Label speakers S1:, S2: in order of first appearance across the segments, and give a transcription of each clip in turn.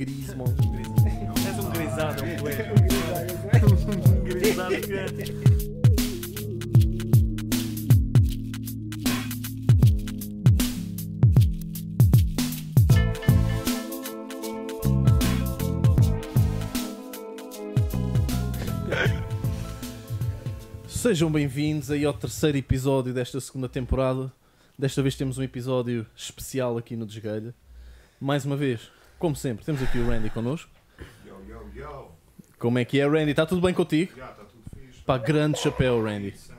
S1: Grisman.
S2: És um grisado, um coelho. Um grisado grande.
S1: Sejam bem-vindos aí ao terceiro episódio desta segunda temporada. Desta vez temos um episódio especial aqui no Desgalha. Mais uma vez, como sempre, temos aqui o Randy connosco.
S3: Yo, yo, yo.
S1: Como é que é, Randy? Está tudo bem contigo?
S3: Já está tudo fixe.
S1: Pá, grande chapéu, Randy.
S3: Sancho.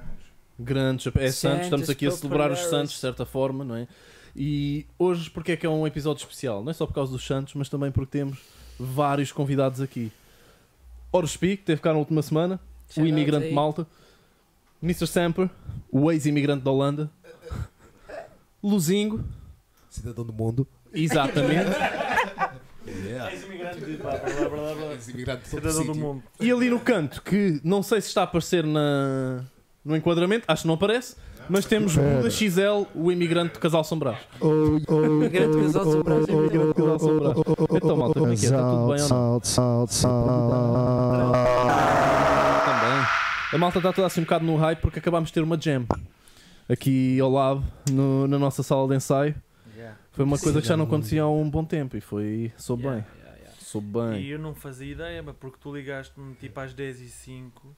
S1: Grande chapéu. É Santos, estamos
S4: Santos
S1: aqui a celebrar os
S4: Populares.
S1: Santos de certa forma, não é? E hoje, porque é que é um episódio especial? Não é só por causa dos Santos, mas também porque temos vários convidados aqui. Orospi, que teve cá na última semana, o
S4: Shoutouts
S1: imigrante
S4: aí.
S1: malta, Mr. Samper, o ex-imigrante da Holanda, Luzingo,
S5: Cidadão do mundo.
S1: exatamente,
S5: Yeah.
S2: És um imigrante de blá, blá, blá, blá, blá.
S5: Esse imigrante de todo
S2: Cidadão do
S5: sítio.
S2: mundo.
S1: e ali no canto, que não sei se está a aparecer na... no enquadramento, acho que não aparece, mas temos Buda XL, o imigrante de Casal Sombrás.
S4: Grande casal de braços e
S1: Grande Casal Sombrás. Então, malta, como é que é? Está tudo bem ou não? Também. A malta está toda assim um bocado no hype porque acabámos de ter uma jam aqui ao lado, no- na nossa sala de ensaio. Foi uma coisa que já não acontecia há um bom tempo e foi. Sou bem. Sou
S2: E
S1: bem.
S2: eu não fazia ideia, mas porque tu ligaste-me tipo às 10 e 05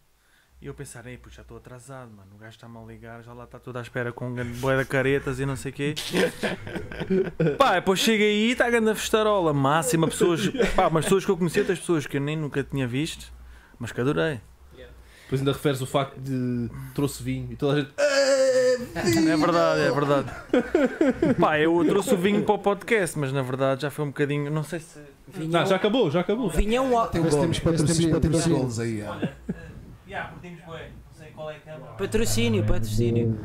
S2: e eu pensar, ei, pô, já estou atrasado, mano. O gajo está-me a ligar, já lá está tudo à espera com um grande boi de caretas e não sei o quê. pá, e depois chega aí está a grande festarola máxima. Pessoas, pá, mas pessoas que eu conheci, outras pessoas que eu nem nunca tinha visto, mas que adorei.
S1: Depois ainda referes o facto de trouxe vinho e toda a gente.
S2: É verdade, é verdade. pá, eu trouxe o vinho para o podcast, mas na verdade já foi um bocadinho, não sei se.
S1: Não, Ah, já acabou, já acabou.
S4: Vinhão alto.
S5: Mas temos patrocínio, temos gols aí. ah.
S2: Já, curtimos bem, não sei qual é que é.
S4: um Patrocínio, patrocínio.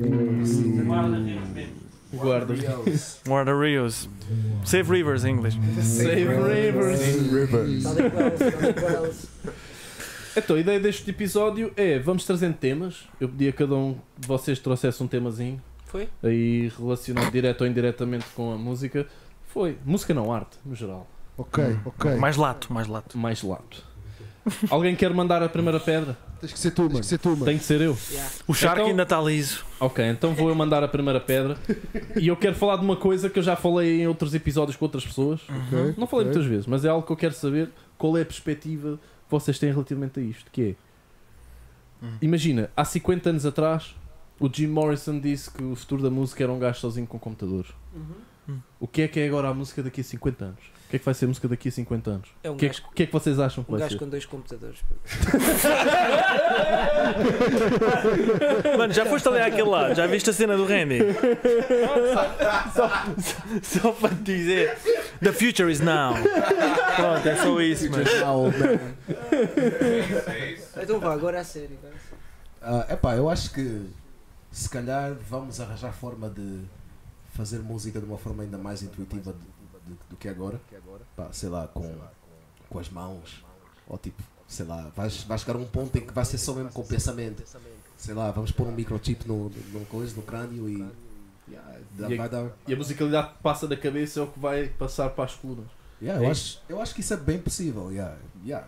S1: Guarda.
S5: Reels.
S2: Guarda Rios. Save Rivers em inglês.
S1: Save Rivers.
S5: Rivers.
S1: Então, a ideia deste episódio é: vamos trazendo temas. Eu pedi a cada um de vocês que trouxesse um temazinho.
S4: Foi?
S1: Aí relacionado direto ou indiretamente com a música. Foi. Música não, arte, no geral.
S6: Ok, ok.
S2: Mais lato, mais lato.
S1: mais lato. Alguém quer mandar a primeira pedra?
S6: Tens que ser tu, mano. Tens que ser tu, mano.
S1: Tem que ser eu.
S2: O Shark
S1: Então-
S2: ainda está liso.
S1: Ok, então vou eu mandar a primeira pedra. E eu quero falar de uma coisa que eu já falei em outros episódios com outras pessoas.
S6: Ok,
S1: Não falei
S6: ok.
S1: muitas vezes, mas é algo que eu quero saber qual é a perspectiva que vocês têm relativamente a isto. Que é. Imagina, há 50 anos atrás, o Jim Morrison disse que o futuro da música era um gajo sozinho com computadores.
S4: Uhum.
S1: O que é que é agora a música daqui a 50 anos? O que é que vai ser a música daqui a 50 anos?
S4: É um
S1: O que é
S4: gajo.
S1: que, o que é que vocês acham que
S4: Um
S1: vai
S4: gajo
S1: ser?
S4: com dois computadores.
S2: Mano, já foste ali àquele lado, já viste a cena do Randy? só, só para te dizer. The future is now. Pronto, é só isso, mano.
S4: Então vá, agora a sério. agora a sério.
S5: Ah, epá, eu acho que se calhar vamos arranjar forma de fazer música de uma forma ainda mais intuitiva do, do- do que agora. Pá, sei lá, com, com as mãos. Ou tipo, sei lá, vais, vais chegar a um ponto em que vai ser só mesmo com o pensamento. Sei lá, vamos pôr um microchip no, no, no coisa, no crânio e. Yeah, dá-
S1: E-
S5: vai dar.
S1: E a musicalidade que passa da cabeça é o que vai passar para as colunas.
S5: Yeah, eu,
S1: É
S5: acho, eu acho que isso é bem possível. yeah, yeah.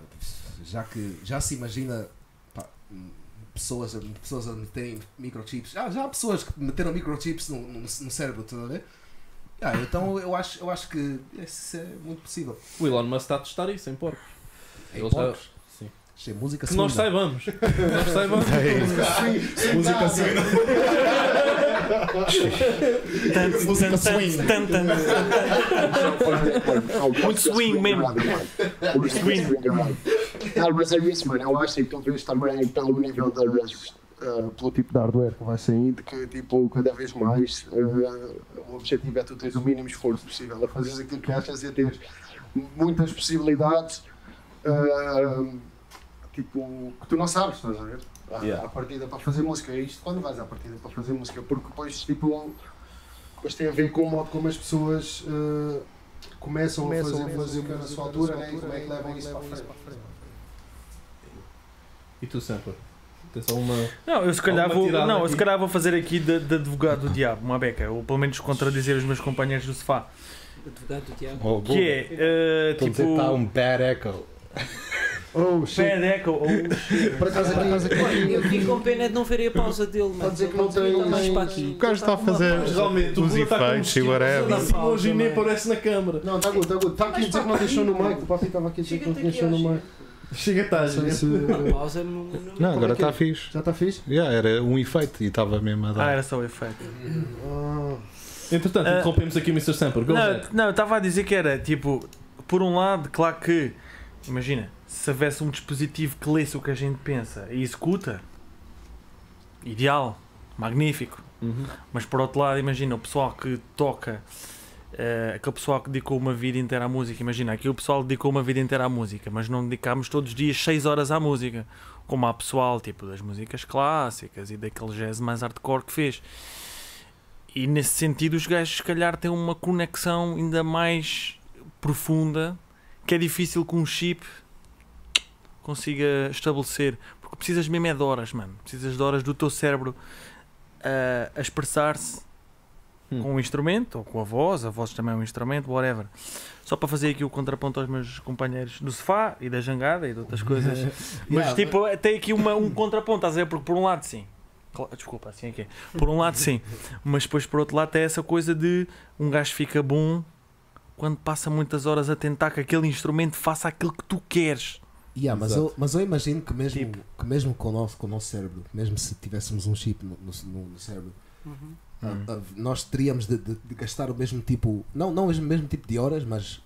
S5: Já que já se imagina pá, hum, pessoas, a- pessoas a meterem microchips. Ah, já há pessoas que meteram microchips no, no, no cérebro, estás a ver? Yeah, então eu acho, eu acho que isso é muito possível.
S1: O Elon Musk está a testar isso em porcos.
S5: Em
S1: Ele já-
S5: porcos?
S1: Sim.
S5: Isto é música
S1: Que nós
S5: surda.
S1: saibamos. Que nós saibamos.
S5: É Música surda.
S2: Tan, tan, tan, tan.
S7: Muito
S2: swing mesmo. Swing.
S7: Talvez é isso, mano. Eu acho que um talvez também pelo nível da Raspberry, eh, pelo tipo de hardware que vai saindo, que tipo, cada vez mais eh, o objetivo é tu teres o mínimo esforço possível a fazeres aquilo que achas e a teres muitas possibilidades eh, tipo, que tu não sabes, estás a ver? À,
S1: Yeah.
S7: à partida para fazer música, é isto quando vais à partida para fazer música, porque depois tipo depois tem a ver com o modo como as pessoas eh, começam, a fazer música na sua altura, né? e como é que levam isso para frente.
S1: E tu, Sampa? Tens alguma.
S2: Não, eu se calhar
S1: Alguma
S2: vou,
S1: tirada
S2: não, eu
S1: aqui?
S2: se calhar vou fazer aqui de, de advogado do diabo, uma beca, ou pelo menos contradizer os meus companheiros do sofá.
S4: Advogado do Tiago.
S8: Oh,
S2: Que é, eh,
S8: Estão a dizer
S2: tipo,
S8: que está um bad echo.
S6: Oh,
S2: bad echo ou
S8: Por acaso aqui.
S4: Eu fico com pena de não verem a pausa dele, mano.
S7: Pode dizer que não tem-
S4: tá mais para aqui.
S7: O
S8: gajo está a fazer-
S1: Realmente,
S8: Os
S1: o Buda está com um
S8: efeitos e
S1: vestido
S8: whatever.
S1: azul assim hoje e nem
S4: Também.
S1: aparece na câmera.
S7: Não, está good, está good. Está aqui a dizer que não deixou no mic. O papi estava aqui a dizer que não
S4: Chega-te
S7: tinha
S4: aqui,
S7: deixou no
S4: ó,
S7: mic.
S4: chega.
S1: Chega tarde. né?
S7: Não sei
S4: Uma
S7: se-
S4: pausa não- não-
S8: Não, agora
S7: é que é?
S8: está fixe.
S7: Já está fixe?
S8: Yeah, era um efeito e estava mesmo a
S2: Ah,
S8: dar.
S2: era só o efeito.
S7: Ah.
S1: Entretanto,
S2: Ah.
S1: interrompemos aqui o Mr. Samper. Go
S2: Não,
S1: ahead.
S2: não, eu estava a dizer que era tipo, por um lado, claro que imagina, se houvesse um dispositivo que lesse o que a gente pensa e executa, ideal, magnífico.
S1: Uhum.
S2: Mas por outro lado, imagina o pessoal que toca, eh, aquele pessoal que dedicou uma vida inteira à música. Imagina, aqui o pessoal dedicou uma vida inteira à música, mas não dedicámos todos os dias 6 horas à música, como há pessoal tipo das músicas clássicas e daquele jazz mais hardcore que fez. E nesse sentido, os gajos, se calhar, têm uma conexão ainda mais profunda que é difícil que um chip consiga estabelecer. Porque precisas mesmo é de horas, mano. Precisas de horas do teu cérebro ah, a expressar-se
S1: Hum.
S2: com um instrumento, ou com a voz, a voz também é um instrumento, whatever. Só para fazer aqui o contraponto aos meus companheiros do sofá e da jangada e de outras coisas. Mas
S5: Yeah,
S2: tipo, tem aqui uma- um contraponto, estás a ver? Porque por um lado sim. Cla- Desculpa, assim é que é. Por um lado sim. Mas depois por outro lado tem essa coisa de um gajo fica bom quando passa muitas horas a tentar que aquele instrumento faça aquilo que tu queres.
S5: Yeah, mas,
S1: Exato.
S5: eu, mas eu imagino que mesmo, que mesmo com, o nosso, com o nosso cérebro, mesmo se tivéssemos um chip no, no- no- no cérebro,
S4: Uhum.
S5: a- a- nós teríamos de, de- de gastar o mesmo tipo, não, não o mesmo, mesmo tipo de horas, mas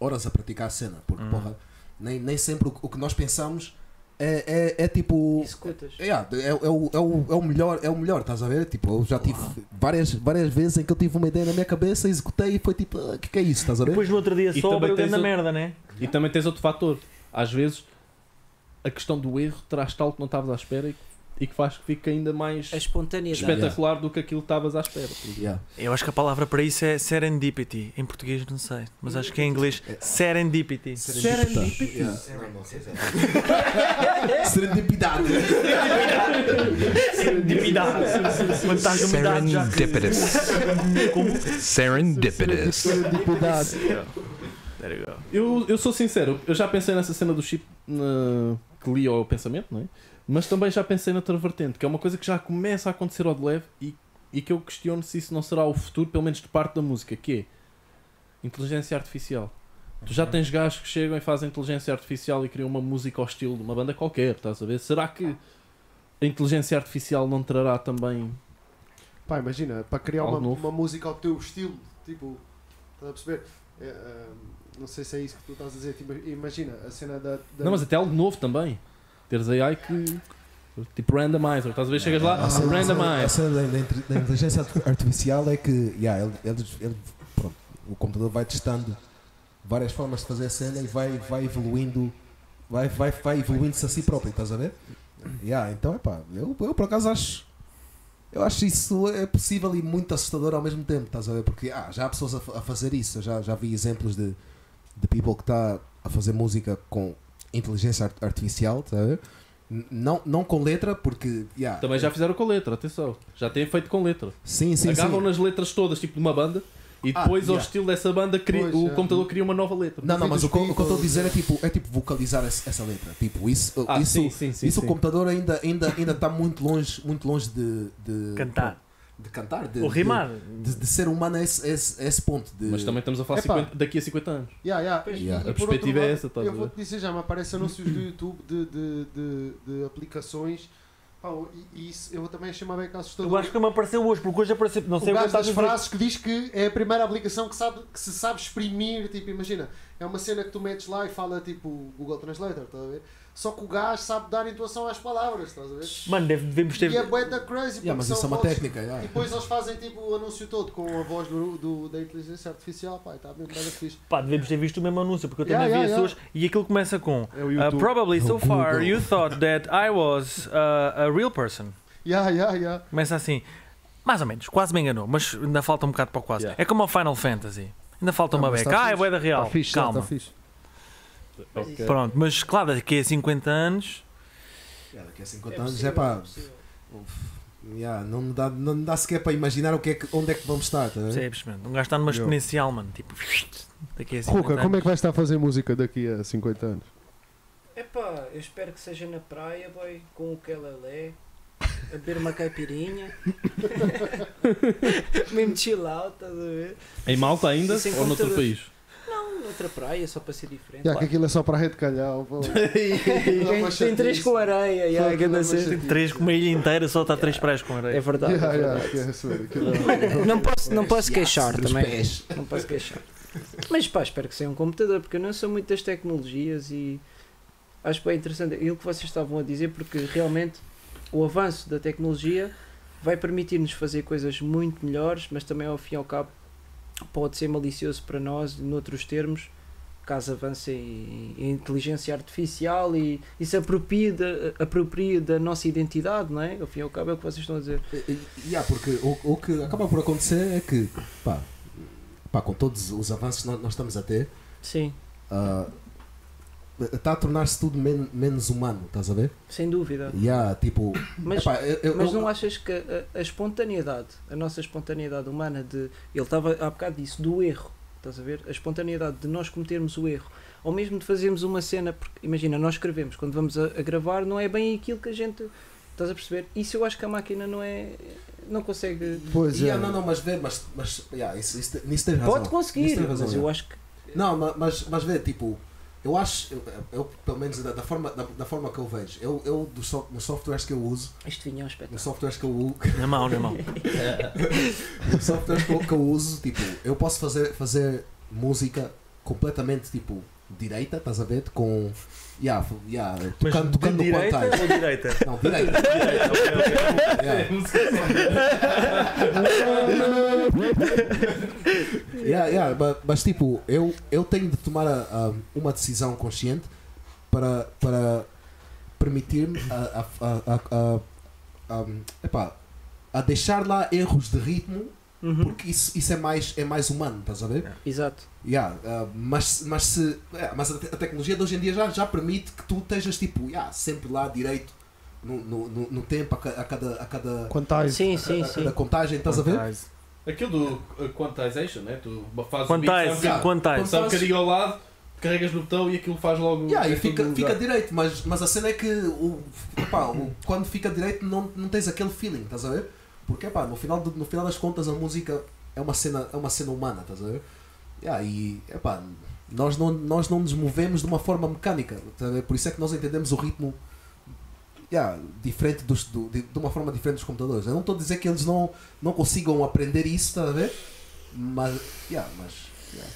S5: horas a praticar a cena, porque
S2: Hum.
S5: porra, nem, nem sempre o, que- o que nós pensamos é, é, é tipo.
S4: Executas.
S5: Yeah, é, é o, é, o, é o melhor, é o melhor, estás a ver? Tipo, eu já tive várias, várias vezes em que eu tive uma ideia na minha cabeça, executei e foi tipo, o que, que é isso, estás a ver?
S2: Depois no outro dia
S1: E
S2: sobra
S1: também
S2: o grande
S1: tens o-
S2: merda, né?
S1: E também tens outro fator. Às vezes, a questão do erro traz tal que não estavas à espera e, e que faz que fique ainda mais
S4: A espontaneidade.
S1: espetacular do que aquilo que estavas à espera.
S5: Yeah.
S2: Eu acho que a palavra para isso é serendipity. Em português não sei, mas acho que em inglês serendipity.
S5: Serendipity. Serendipidade.
S2: Serendipidade. Quando estás numa idade já que- Como?
S8: Serendipitous.
S7: tipo,
S2: There you go.
S1: Eu, eu sou sincero, eu já pensei nessa cena do chip na- que li ao pensamento, não é? Mas também já pensei noutra vertente, que é uma coisa que já começa a acontecer ao de leve e, e que eu questiono se isso não será o futuro, pelo menos de parte da música, que é inteligência artificial. Tu já tens gajos que chegam e fazem inteligência artificial e criam uma música ao estilo de uma banda qualquer, estás a ver? Será que a inteligência artificial não trará também.
S9: Pá, imagina, para criar
S1: Algo
S9: uma,
S1: novo.
S9: uma música ao teu estilo, tipo, estás a perceber? É,
S7: ah,
S9: ahm, não sei se é isso que tu estás a dizer, tipo, imagina a cena da. da-
S1: Não, mas até algo novo também. Teres AI que. Tipo randomizer, estás a ver? Chegas lá,
S5: A cena-
S1: randomize.
S5: a cena da, da inte- da inteligência arti- artificial é que yeah, ele, ele- ele- pronto, o computador vai testando várias formas de fazer a cena e vai, vai evoluindo vai, vai, vai evoluindo-se a si próprio, estás a ver? Yeah, então é pá, eu, eu por acaso acho eu acho isso é possível e muito assustador ao mesmo tempo, estás a ver? Porque ah, já há pessoas a, fa- a fazer isso, eu já, já vi exemplos de, de people que está a fazer música com inteligência art- artificial, estás a ver? N- Não, não com letra, porque yeah,
S1: Também já fizeram com letra, atenção. Já têm feito com letra.
S5: Sim, sim,
S1: Agarram
S5: sim.
S1: nas letras todas, tipo de uma banda, e
S5: Ah,
S1: depois, ao
S5: yeah.
S1: estilo dessa banda, cri-
S9: Pois,
S1: o
S9: é.
S1: computador cria uma nova letra.
S5: Não, não, mas o, que- o que eu estou a
S9: Beatles.
S5: dizer é tipo, é tipo vocalizar esse- essa letra. Tipo, isso,
S1: Ah,
S5: isso,
S1: sim, sim, sim.
S5: isso
S1: sim.
S5: o computador ainda está ainda, ainda tá muito longe, muito longe de, de
S2: Cantar.
S5: De cantar, de,
S2: Ou rimar.
S5: De, de- de ser humano a esse, a esse, a esse ponto. De...
S1: Mas também estamos a falar
S9: Epá.
S1: 50 daqui a 50 anos.
S9: Yeah, yeah.
S4: Pois,
S9: E- e
S5: yeah.
S1: A
S9: por outro
S1: perspectiva é
S9: lado,
S1: essa, estás a
S9: Eu
S1: ver?
S9: vou-te dizer já, me aparecem anúncios do YouTube de, de, de, de aplicações. Pá, e, e isso eu também achei uma beca
S2: Eu
S9: assustador.
S2: acho que me apareceu hoje, porque hoje apareceu. Não sei
S9: o
S2: que
S9: gajo
S2: estás
S9: das
S2: a falar.
S9: frases que diz que é a primeira aplicação que, sabe, que se sabe exprimir, tipo, imagina, é uma cena que tu metes lá e fala tipo Google Translator, estás a ver? Só que o gajo sabe dar intuação às palavras, estás a ver?
S2: Mano, deve- devemos ter.
S9: E é bué da crazy, porque
S5: Yeah, mas
S9: são
S5: isso é uma
S9: vozes-
S5: técnica.
S9: E
S5: yeah.
S9: depois eles fazem tipo o anúncio todo com a voz do, do- da inteligência artificial, pá, está bem, bem fixe.
S2: Pá, devemos ter visto o mesmo anúncio, porque eu também
S9: Yeah,
S2: vi
S9: yeah,
S2: as suas. E aquilo começa com.
S9: É o
S2: Uh,
S9: YouTube.
S2: probably so
S5: O
S2: far
S5: Google.
S2: you thought that I was uh, a real person.
S9: Yeah, yeah, yeah.
S2: Começa assim, mais ou menos, quase me enganou, mas ainda falta um bocado para o quase.
S1: Yeah.
S2: É como ao Final Fantasy, ainda falta
S9: Ah,
S2: uma
S9: mas
S2: beca.
S9: tá
S2: ah, é
S9: fixe.
S2: bué da real,
S9: fixe.
S2: calma.
S4: Mas isso-
S2: Pronto, mas claro, daqui a 50 anos,
S5: Yeah, daqui assim, a 50
S4: é
S5: anos
S4: possível,
S5: é pá.
S4: é possível.
S5: Yeah, não, me dá, não me dá sequer para imaginar o que é que- onde é que vamos estar. Tá? a ver?
S2: Percebes, mano? Um gajo está numa
S5: Yo.
S2: exponencial, mano. Tipo, daqui a 50
S6: Ruca, como é
S2: anos.
S6: que vais estar a fazer música daqui a 50 anos?
S4: Epá, eu espero que seja na praia, boy, com o que ela lê, a beber uma caipirinha, mesmo chill out, estás a ver?
S1: Em Malta ainda
S4: Sim, sim,
S1: ou noutro
S4: computadores.
S1: país?
S4: Não, outra praia, só para ser diferente.
S6: Já que aquilo é só para a rede calhau. pô.
S4: tem, tem três com areia, e a grande cena.
S2: Três, uma ilha inteira só está três praias com
S4: É
S2: areia.
S4: verdade.
S6: Yeah,
S4: é
S6: yeah,
S4: verdade.
S6: esquece, mano, aquilo é-
S4: Não posso, não posso queixar
S5: Dos
S4: também.
S5: pés.
S4: Não posso queixar. Mas pá, espero que seja um computador, porque eu não sou muito das tecnologias e acho bem interessante aquilo que vocês estavam a dizer, porque realmente o avanço da tecnologia vai permitir-nos fazer coisas muito melhores, mas também ao fim e ao cabo pode ser malicioso para nós, noutros termos, caso avance em, em inteligência artificial e, e se aproprie da, aproprie da nossa identidade, não é? Ao fim e ao cabo é o que vocês estão a dizer.
S5: E- e- Yeah, porque o, o que acaba por acontecer é que, pá, pá, com todos os avanços que nós, nós estamos a ter,
S4: Sim,
S5: ah, está a tornar-se tudo men- menos humano, estás a ver?
S4: sem dúvida.
S5: Yeah, tipo,
S4: Mas
S5: epá, eu- eu-
S4: Mas
S5: eu-
S4: não é achas que a, a espontaneidade, a nossa espontaneidade humana de. Ele estava há bocado disse, do erro, estás a ver? A espontaneidade de nós cometermos o erro, ou mesmo de fazermos uma cena, porque imagina, nós escrevemos, quando vamos a, a gravar, não é bem aquilo que a gente. Estás a perceber? Isso eu acho que a máquina não é. não consegue.
S6: Pois é.
S5: Yeah, não, não, mas vê, mas, mas yeah, isso, isso, nisso tens razão.
S4: Pode conseguir,
S5: Nisso tens razão,
S4: mas
S5: yeah.
S4: eu acho que.
S5: Não, ma- mas, mas vê, tipo, eu acho, eu, eu, pelo menos da, da forma, da, da forma que eu vejo, eu, eu dos so, nos softwares que eu uso,
S4: Isto vinha é um
S5: nos
S4: espetáculo.
S5: softwares que eu, u-
S2: Na mão, na mão.
S5: nos softwares que eu, que eu uso, tipo, eu posso fazer, fazer música completamente, tipo, direita, estás a ver? Com, yeah, f- yeah,
S2: Mas
S5: tocando, tocando no
S2: de direita
S5: quantais.
S2: ou direita?
S5: Não, direita. yeah. yeah, yeah, ba- mas, tipo, eu, eu tenho de tomar a- a- uma decisão consciente para, para permitir-me a, a, a, a- a- a- um, epá, a deixar lá erros de ritmo,
S4: Uhum.
S5: porque isso, isso é, mais, é mais humano, estás a ver?
S4: Exato.
S5: Yeah, ah, mas, mas, se, é, mas a, te- a tecnologia de hoje em dia já, já permite que tu estejas tipo, yeah, sempre lá direito no, no, no, no tempo, a, ca- a cada, a cada,
S6: Quantais.
S4: Sim, sim,
S5: a cada
S4: sim.
S5: contagem, estás a ver?
S1: Aquilo do uh, quantization, né? Tu fazes o beat,
S2: Quantais,
S1: sabes,
S5: Yeah.
S2: quantais.
S1: sabes um bocadinho ao lado, carregas no botão e aquilo faz logo.
S5: Yeah, e
S1: em todo
S5: fica,
S1: lugar.
S5: fica direito, mas, mas a cena é que o, epá, o- quando fica direito não, não tens aquele feeling, estás a ver? Porque epá, no, final, do- no final das contas a música é uma cena, é uma cena humana, estás a ver? Yeah, e epá, nós, não, nós não nos movemos de uma forma mecânica, estás a ver? por isso é que nós entendemos o ritmo yeah, diferente dos, do- de, de uma forma diferente dos computadores. Eu não estou a dizer que eles não, não consigam aprender isso, estás a ver? Mas, yeah, mas yeah.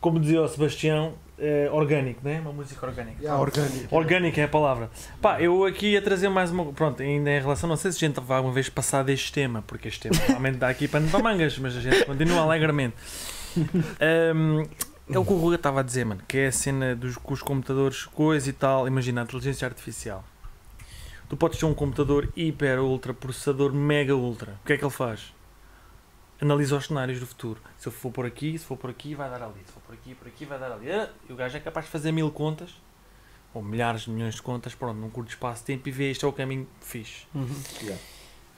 S2: Como dizia o Sebastião, é orgânico, né? Uma música orgânica.
S9: Yeah,
S2: orgânico. Orgânico é a palavra. Pá, eu aqui ia trazer mais uma. Pronto, ainda em relação. Não sei se a gente vai alguma vez passar deste tema, porque este tema realmente dá aqui pano para mangas, mas a gente continua alegremente. Ahm, é o que o Ruga estava a dizer, mano, que é a cena dos com os computadores, coisa e tal. Imagina a inteligência artificial. Tu podes ter um computador hiper, ultra, processador mega, ultra. O que é que ele faz? Analisa os cenários do futuro. Se eu for por aqui, se for por aqui, vai dar ali. Se for por aqui, por aqui, vai dar ali. Ah, E o gajo é capaz de fazer mil contas, ou milhares de milhões de contas, pronto, num curto espaço de tempo e vê este é o caminho fixe.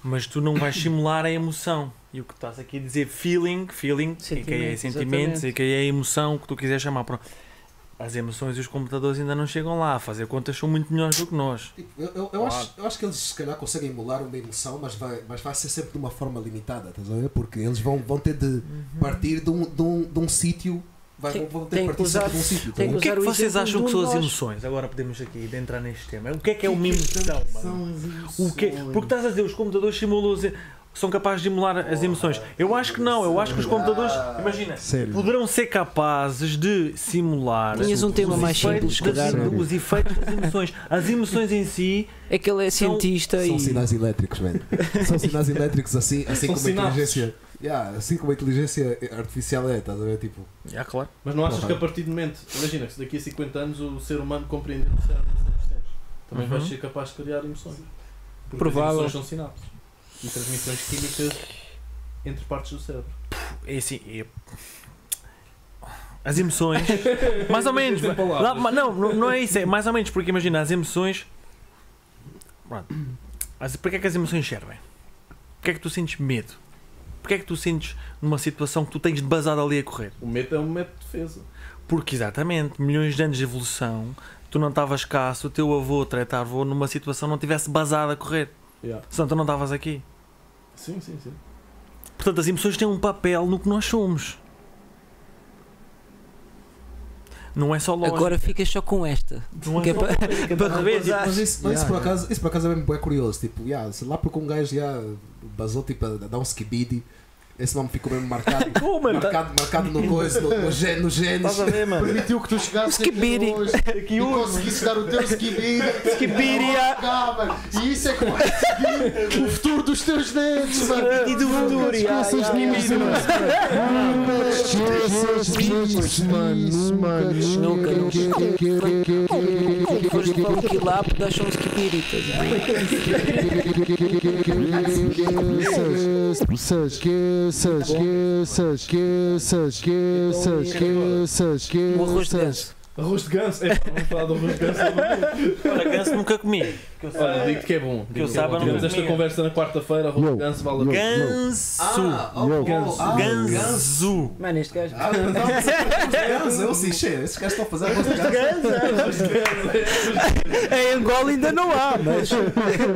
S2: Mas tu não vais simular a emoção. E o que estás aqui a dizer, feeling, feeling, e que é
S4: Sentimento,
S2: sentimentos, e que é emoção, o que tu quiseres chamar. Pronto. As emoções e os computadores ainda não chegam lá. A fazer contas são muito melhores do que nós.
S5: Tipo, eu, eu, eu acho, eu acho que eles se calhar conseguem emular uma emoção, mas vai, mas vai ser sempre de uma forma limitada, estás a ver? Porque eles vão, vão ter de partir de um, de um, de um sítio. Vai,
S4: Uhum. Tem-
S5: vão ter
S4: tem
S5: de
S4: que
S5: partir
S4: usar-
S5: sempre de um sítio.
S4: tem
S5: estás
S2: O
S5: a
S2: que é
S4: usar
S2: que
S4: o
S2: vocês
S4: exemplo
S2: acham
S4: de
S2: que
S4: um
S2: são
S4: de
S2: as
S4: nós.
S2: emoções? Agora podemos aqui de entrar neste tema. O que é que é uma emoção, mano? O que é- Porque estás a dizer, os computadores simulam as- são capazes de emular as emoções. Eu acho que não, eu acho que os computadores, imagina,
S6: Sério.
S2: poderão ser capazes de simular
S4: Tinhas um tema
S2: os
S4: mais
S2: efeitos
S4: simples, que
S2: das-
S4: dar.
S6: calhar, não?
S2: os efeitos das emoções. As emoções em si
S4: É que ele é
S2: São-
S4: cientista
S5: ver? São
S4: e.
S5: sinais elétricos, velho. São sinais elétricos assim, assim
S1: São
S5: como a
S1: sinapses.
S5: inteligência. Yeah, assim como a inteligência artificial é, estás a ver? Tipo,
S2: Ah, claro.
S1: Mas não achas
S5: Porra.
S1: que a partir de momento, imagina que se daqui a 50 anos o ser humano compreender o cérebro a 100%, também
S2: Uhum.
S1: vais ser capaz de criar emoções. Porque
S4: Provável.
S1: as emoções são sinapses e transmissões químicas entre partes do cérebro.
S2: É assim, é- As emoções, mais ou menos,
S1: Sem palavras.
S2: Lá- mas não, não não é isso, é mais ou menos, porque imagina, as emoções. Pronto. Mas para que é que as emoções servem? Porquê é que tu sentes medo? Porquê é que tu sentes numa situação que tu tens de basar ali a correr?
S1: O medo é um método de defesa.
S2: Porque exatamente, milhões de anos de evolução, tu não estavas cá se o teu avô, tretavô, numa situação não tivesse basado a correr.
S1: Yeah.
S2: Senão tu não estavas aqui.
S1: Sim, sim, sim.
S2: Portanto, as emoções têm um papel no que nós somos. Não é só lógica.
S10: Agora ficas só com esta.
S2: não
S10: que
S2: é
S10: é
S2: só
S10: pa-
S2: lógica,
S10: pa-
S2: estás a ver? Tipo,
S5: Mas isso, mas isso
S9: Yeah,
S5: por
S9: yeah.
S5: acaso, isso por acaso é mesmo bué curioso. Tipo, yeah, sei lá porque um gajo já basou tipo, a dar um skibidi. Esse nome ficou mesmo marcado.
S2: Como, mano?
S4: tá-
S5: marcado, marcado no coisa, no, no, gen- no genes.
S2: Estás a ver, mano?
S9: Permitiu que tu chegasses aqui
S10: Skibidi.
S9: hoje e conseguisse dar o teu skibidi.
S2: Skibidi, ah.
S9: Ah, mano, E isso é que vai seguir o futuro dos teus dentes, mano.
S10: E do futuro, yeah, yeah, Nunca, nunca. Fores para um quilap, dás um skibiri. estás a ver? Um arroz de ganso.
S1: Arroz de ganso. É, pá, vamos falar do arroz de ganso.
S10: tipo,
S2: Por acaso nunca comi. Que eu
S1: Olha,
S2: saiba.
S1: digo que é bom.
S2: Que
S1: Digo
S2: eu
S1: que é
S2: saiba,
S1: bom.
S2: não
S1: Tivemos esta
S2: comia.
S1: conversa na quarta-feira. Arroz de
S6: Yo,
S1: ganso vale a
S6: yo.
S1: pena.
S2: Ganso.
S5: Ah, oh, oh,
S1: Ganso.
S5: ah,
S2: Ganso.
S4: Mano, este gajo.
S5: Ah, não, ganso, eu sim, che, esses gajos estão a fazer arroz de ganso.
S2: é,
S10: Em Angola ainda não há, mas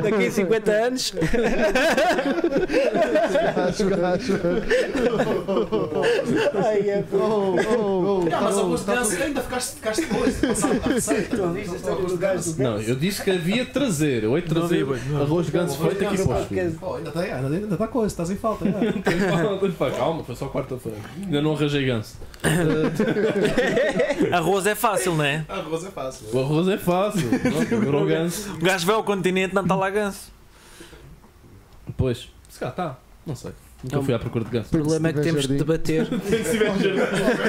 S10: daqui a 50 anos. Ai, é pô.
S5: Ah, mas arroz de ganso, ainda ficaste, ficaste depois de passar a receita. Arroz de ganso.
S1: Não, eu disse que havia de trazer. Eu hei de
S2: Não
S1: trazer
S2: vi, pois, não.
S1: arroz de ganso feito aqui para os filhos.
S5: Oh, ainda está ainda tá coisa, estás em falta. ainda.
S1: Pá, Calma, foi só quarta-feira. Ainda não arranjei ganso.
S2: Arroz é fácil, não é?
S5: Arroz é fácil.
S1: O arroz é fácil. Não, agora o um ganso.
S2: O gajo vai ao continente, não está lá ganso.
S1: Pois, se cá
S2: tá.
S1: está. Não sei. Nunca fui à procura de
S10: O
S1: ganso.
S10: problema é que temos de debater.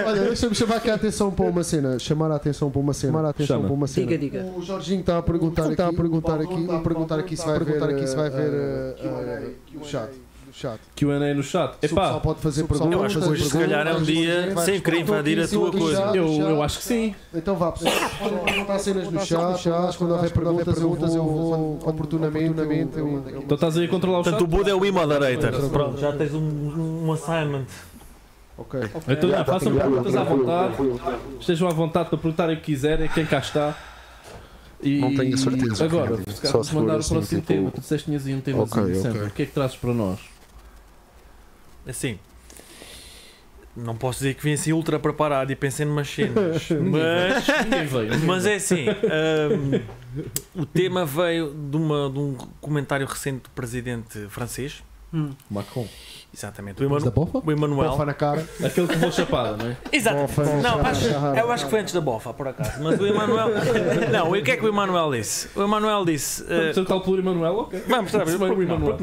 S6: Olha, deixa-me chamar aqui a atenção para uma cena. Chamar a atenção para uma cena. Chamar a atenção
S1: Chama.
S6: para uma cena.
S4: Diga, diga.
S6: O Jorginho está a perguntar aqui, está a perguntar aqui, a perguntar aqui se vai perguntar aqui se vai ver eh, eh, o chat, o chat.
S1: QA no chat.
S6: Se o pessoal
S1: Epá,
S6: pode fazer perguntas.
S2: Eu acho que hoje, se
S6: perguntas,
S2: calhar, é um dia
S6: vai
S2: sem querer
S6: responder
S2: invadir
S6: aqui
S2: a
S6: em cima
S2: tua
S6: do
S2: coisa.
S6: chat,
S1: eu,
S6: do chat.
S1: eu acho que sim.
S6: Então vá, pessoal. Podem perguntar cenas no chat, chat, quando houver perguntas, eu vou, eu vou oportunamente, eu mando aqui.
S1: Então estás aí a controlar o chat.
S2: Portanto, o Buda é o e-moderator. Pronto, já tens um, um assignment.
S6: Ok.
S1: Então, não, façam perguntas à vontade. Estejam à vontade para perguntarem o que quiserem, quem cá está. E
S8: Não tenho certeza,
S1: Agora,
S8: realmente.
S1: se calhar
S8: Só
S1: vamos
S8: se for
S1: mandar o
S8: assim,
S1: próximo
S8: tipo-
S1: tema. Tu disseste que tinhas aí um tema
S8: Ok, ok.
S1: O que é que trazes para nós?
S2: Assim. Não posso dizer que vim assim ultra preparado e pensei numas cenas. mas.
S1: Ninguém veio. ninguém
S2: Mas
S1: veio.
S2: é assim, hum, o tema veio de, uma- de um comentário recente do presidente francês,
S4: Hum.
S1: Macron.
S2: exatamente, o,
S5: Mas da
S2: Emanu
S5: bofa?
S2: o Emmanuel.
S6: Bofa na cara.
S1: Aquele que levou chapada, não é?
S2: Exatamente.
S6: Bofa na
S2: Não, é
S6: cara.
S2: acho, eu acho que foi antes da bofa, por acaso. Mas o Emmanuel. Não, e o que é que o Emmanuel disse? O Emmanuel disse. eh,
S1: Portanto, tal pelo Emanuel, ok.
S2: Vamos, sabe,
S1: Semana
S2: porque
S1: do
S2: não,
S1: Emmanuel.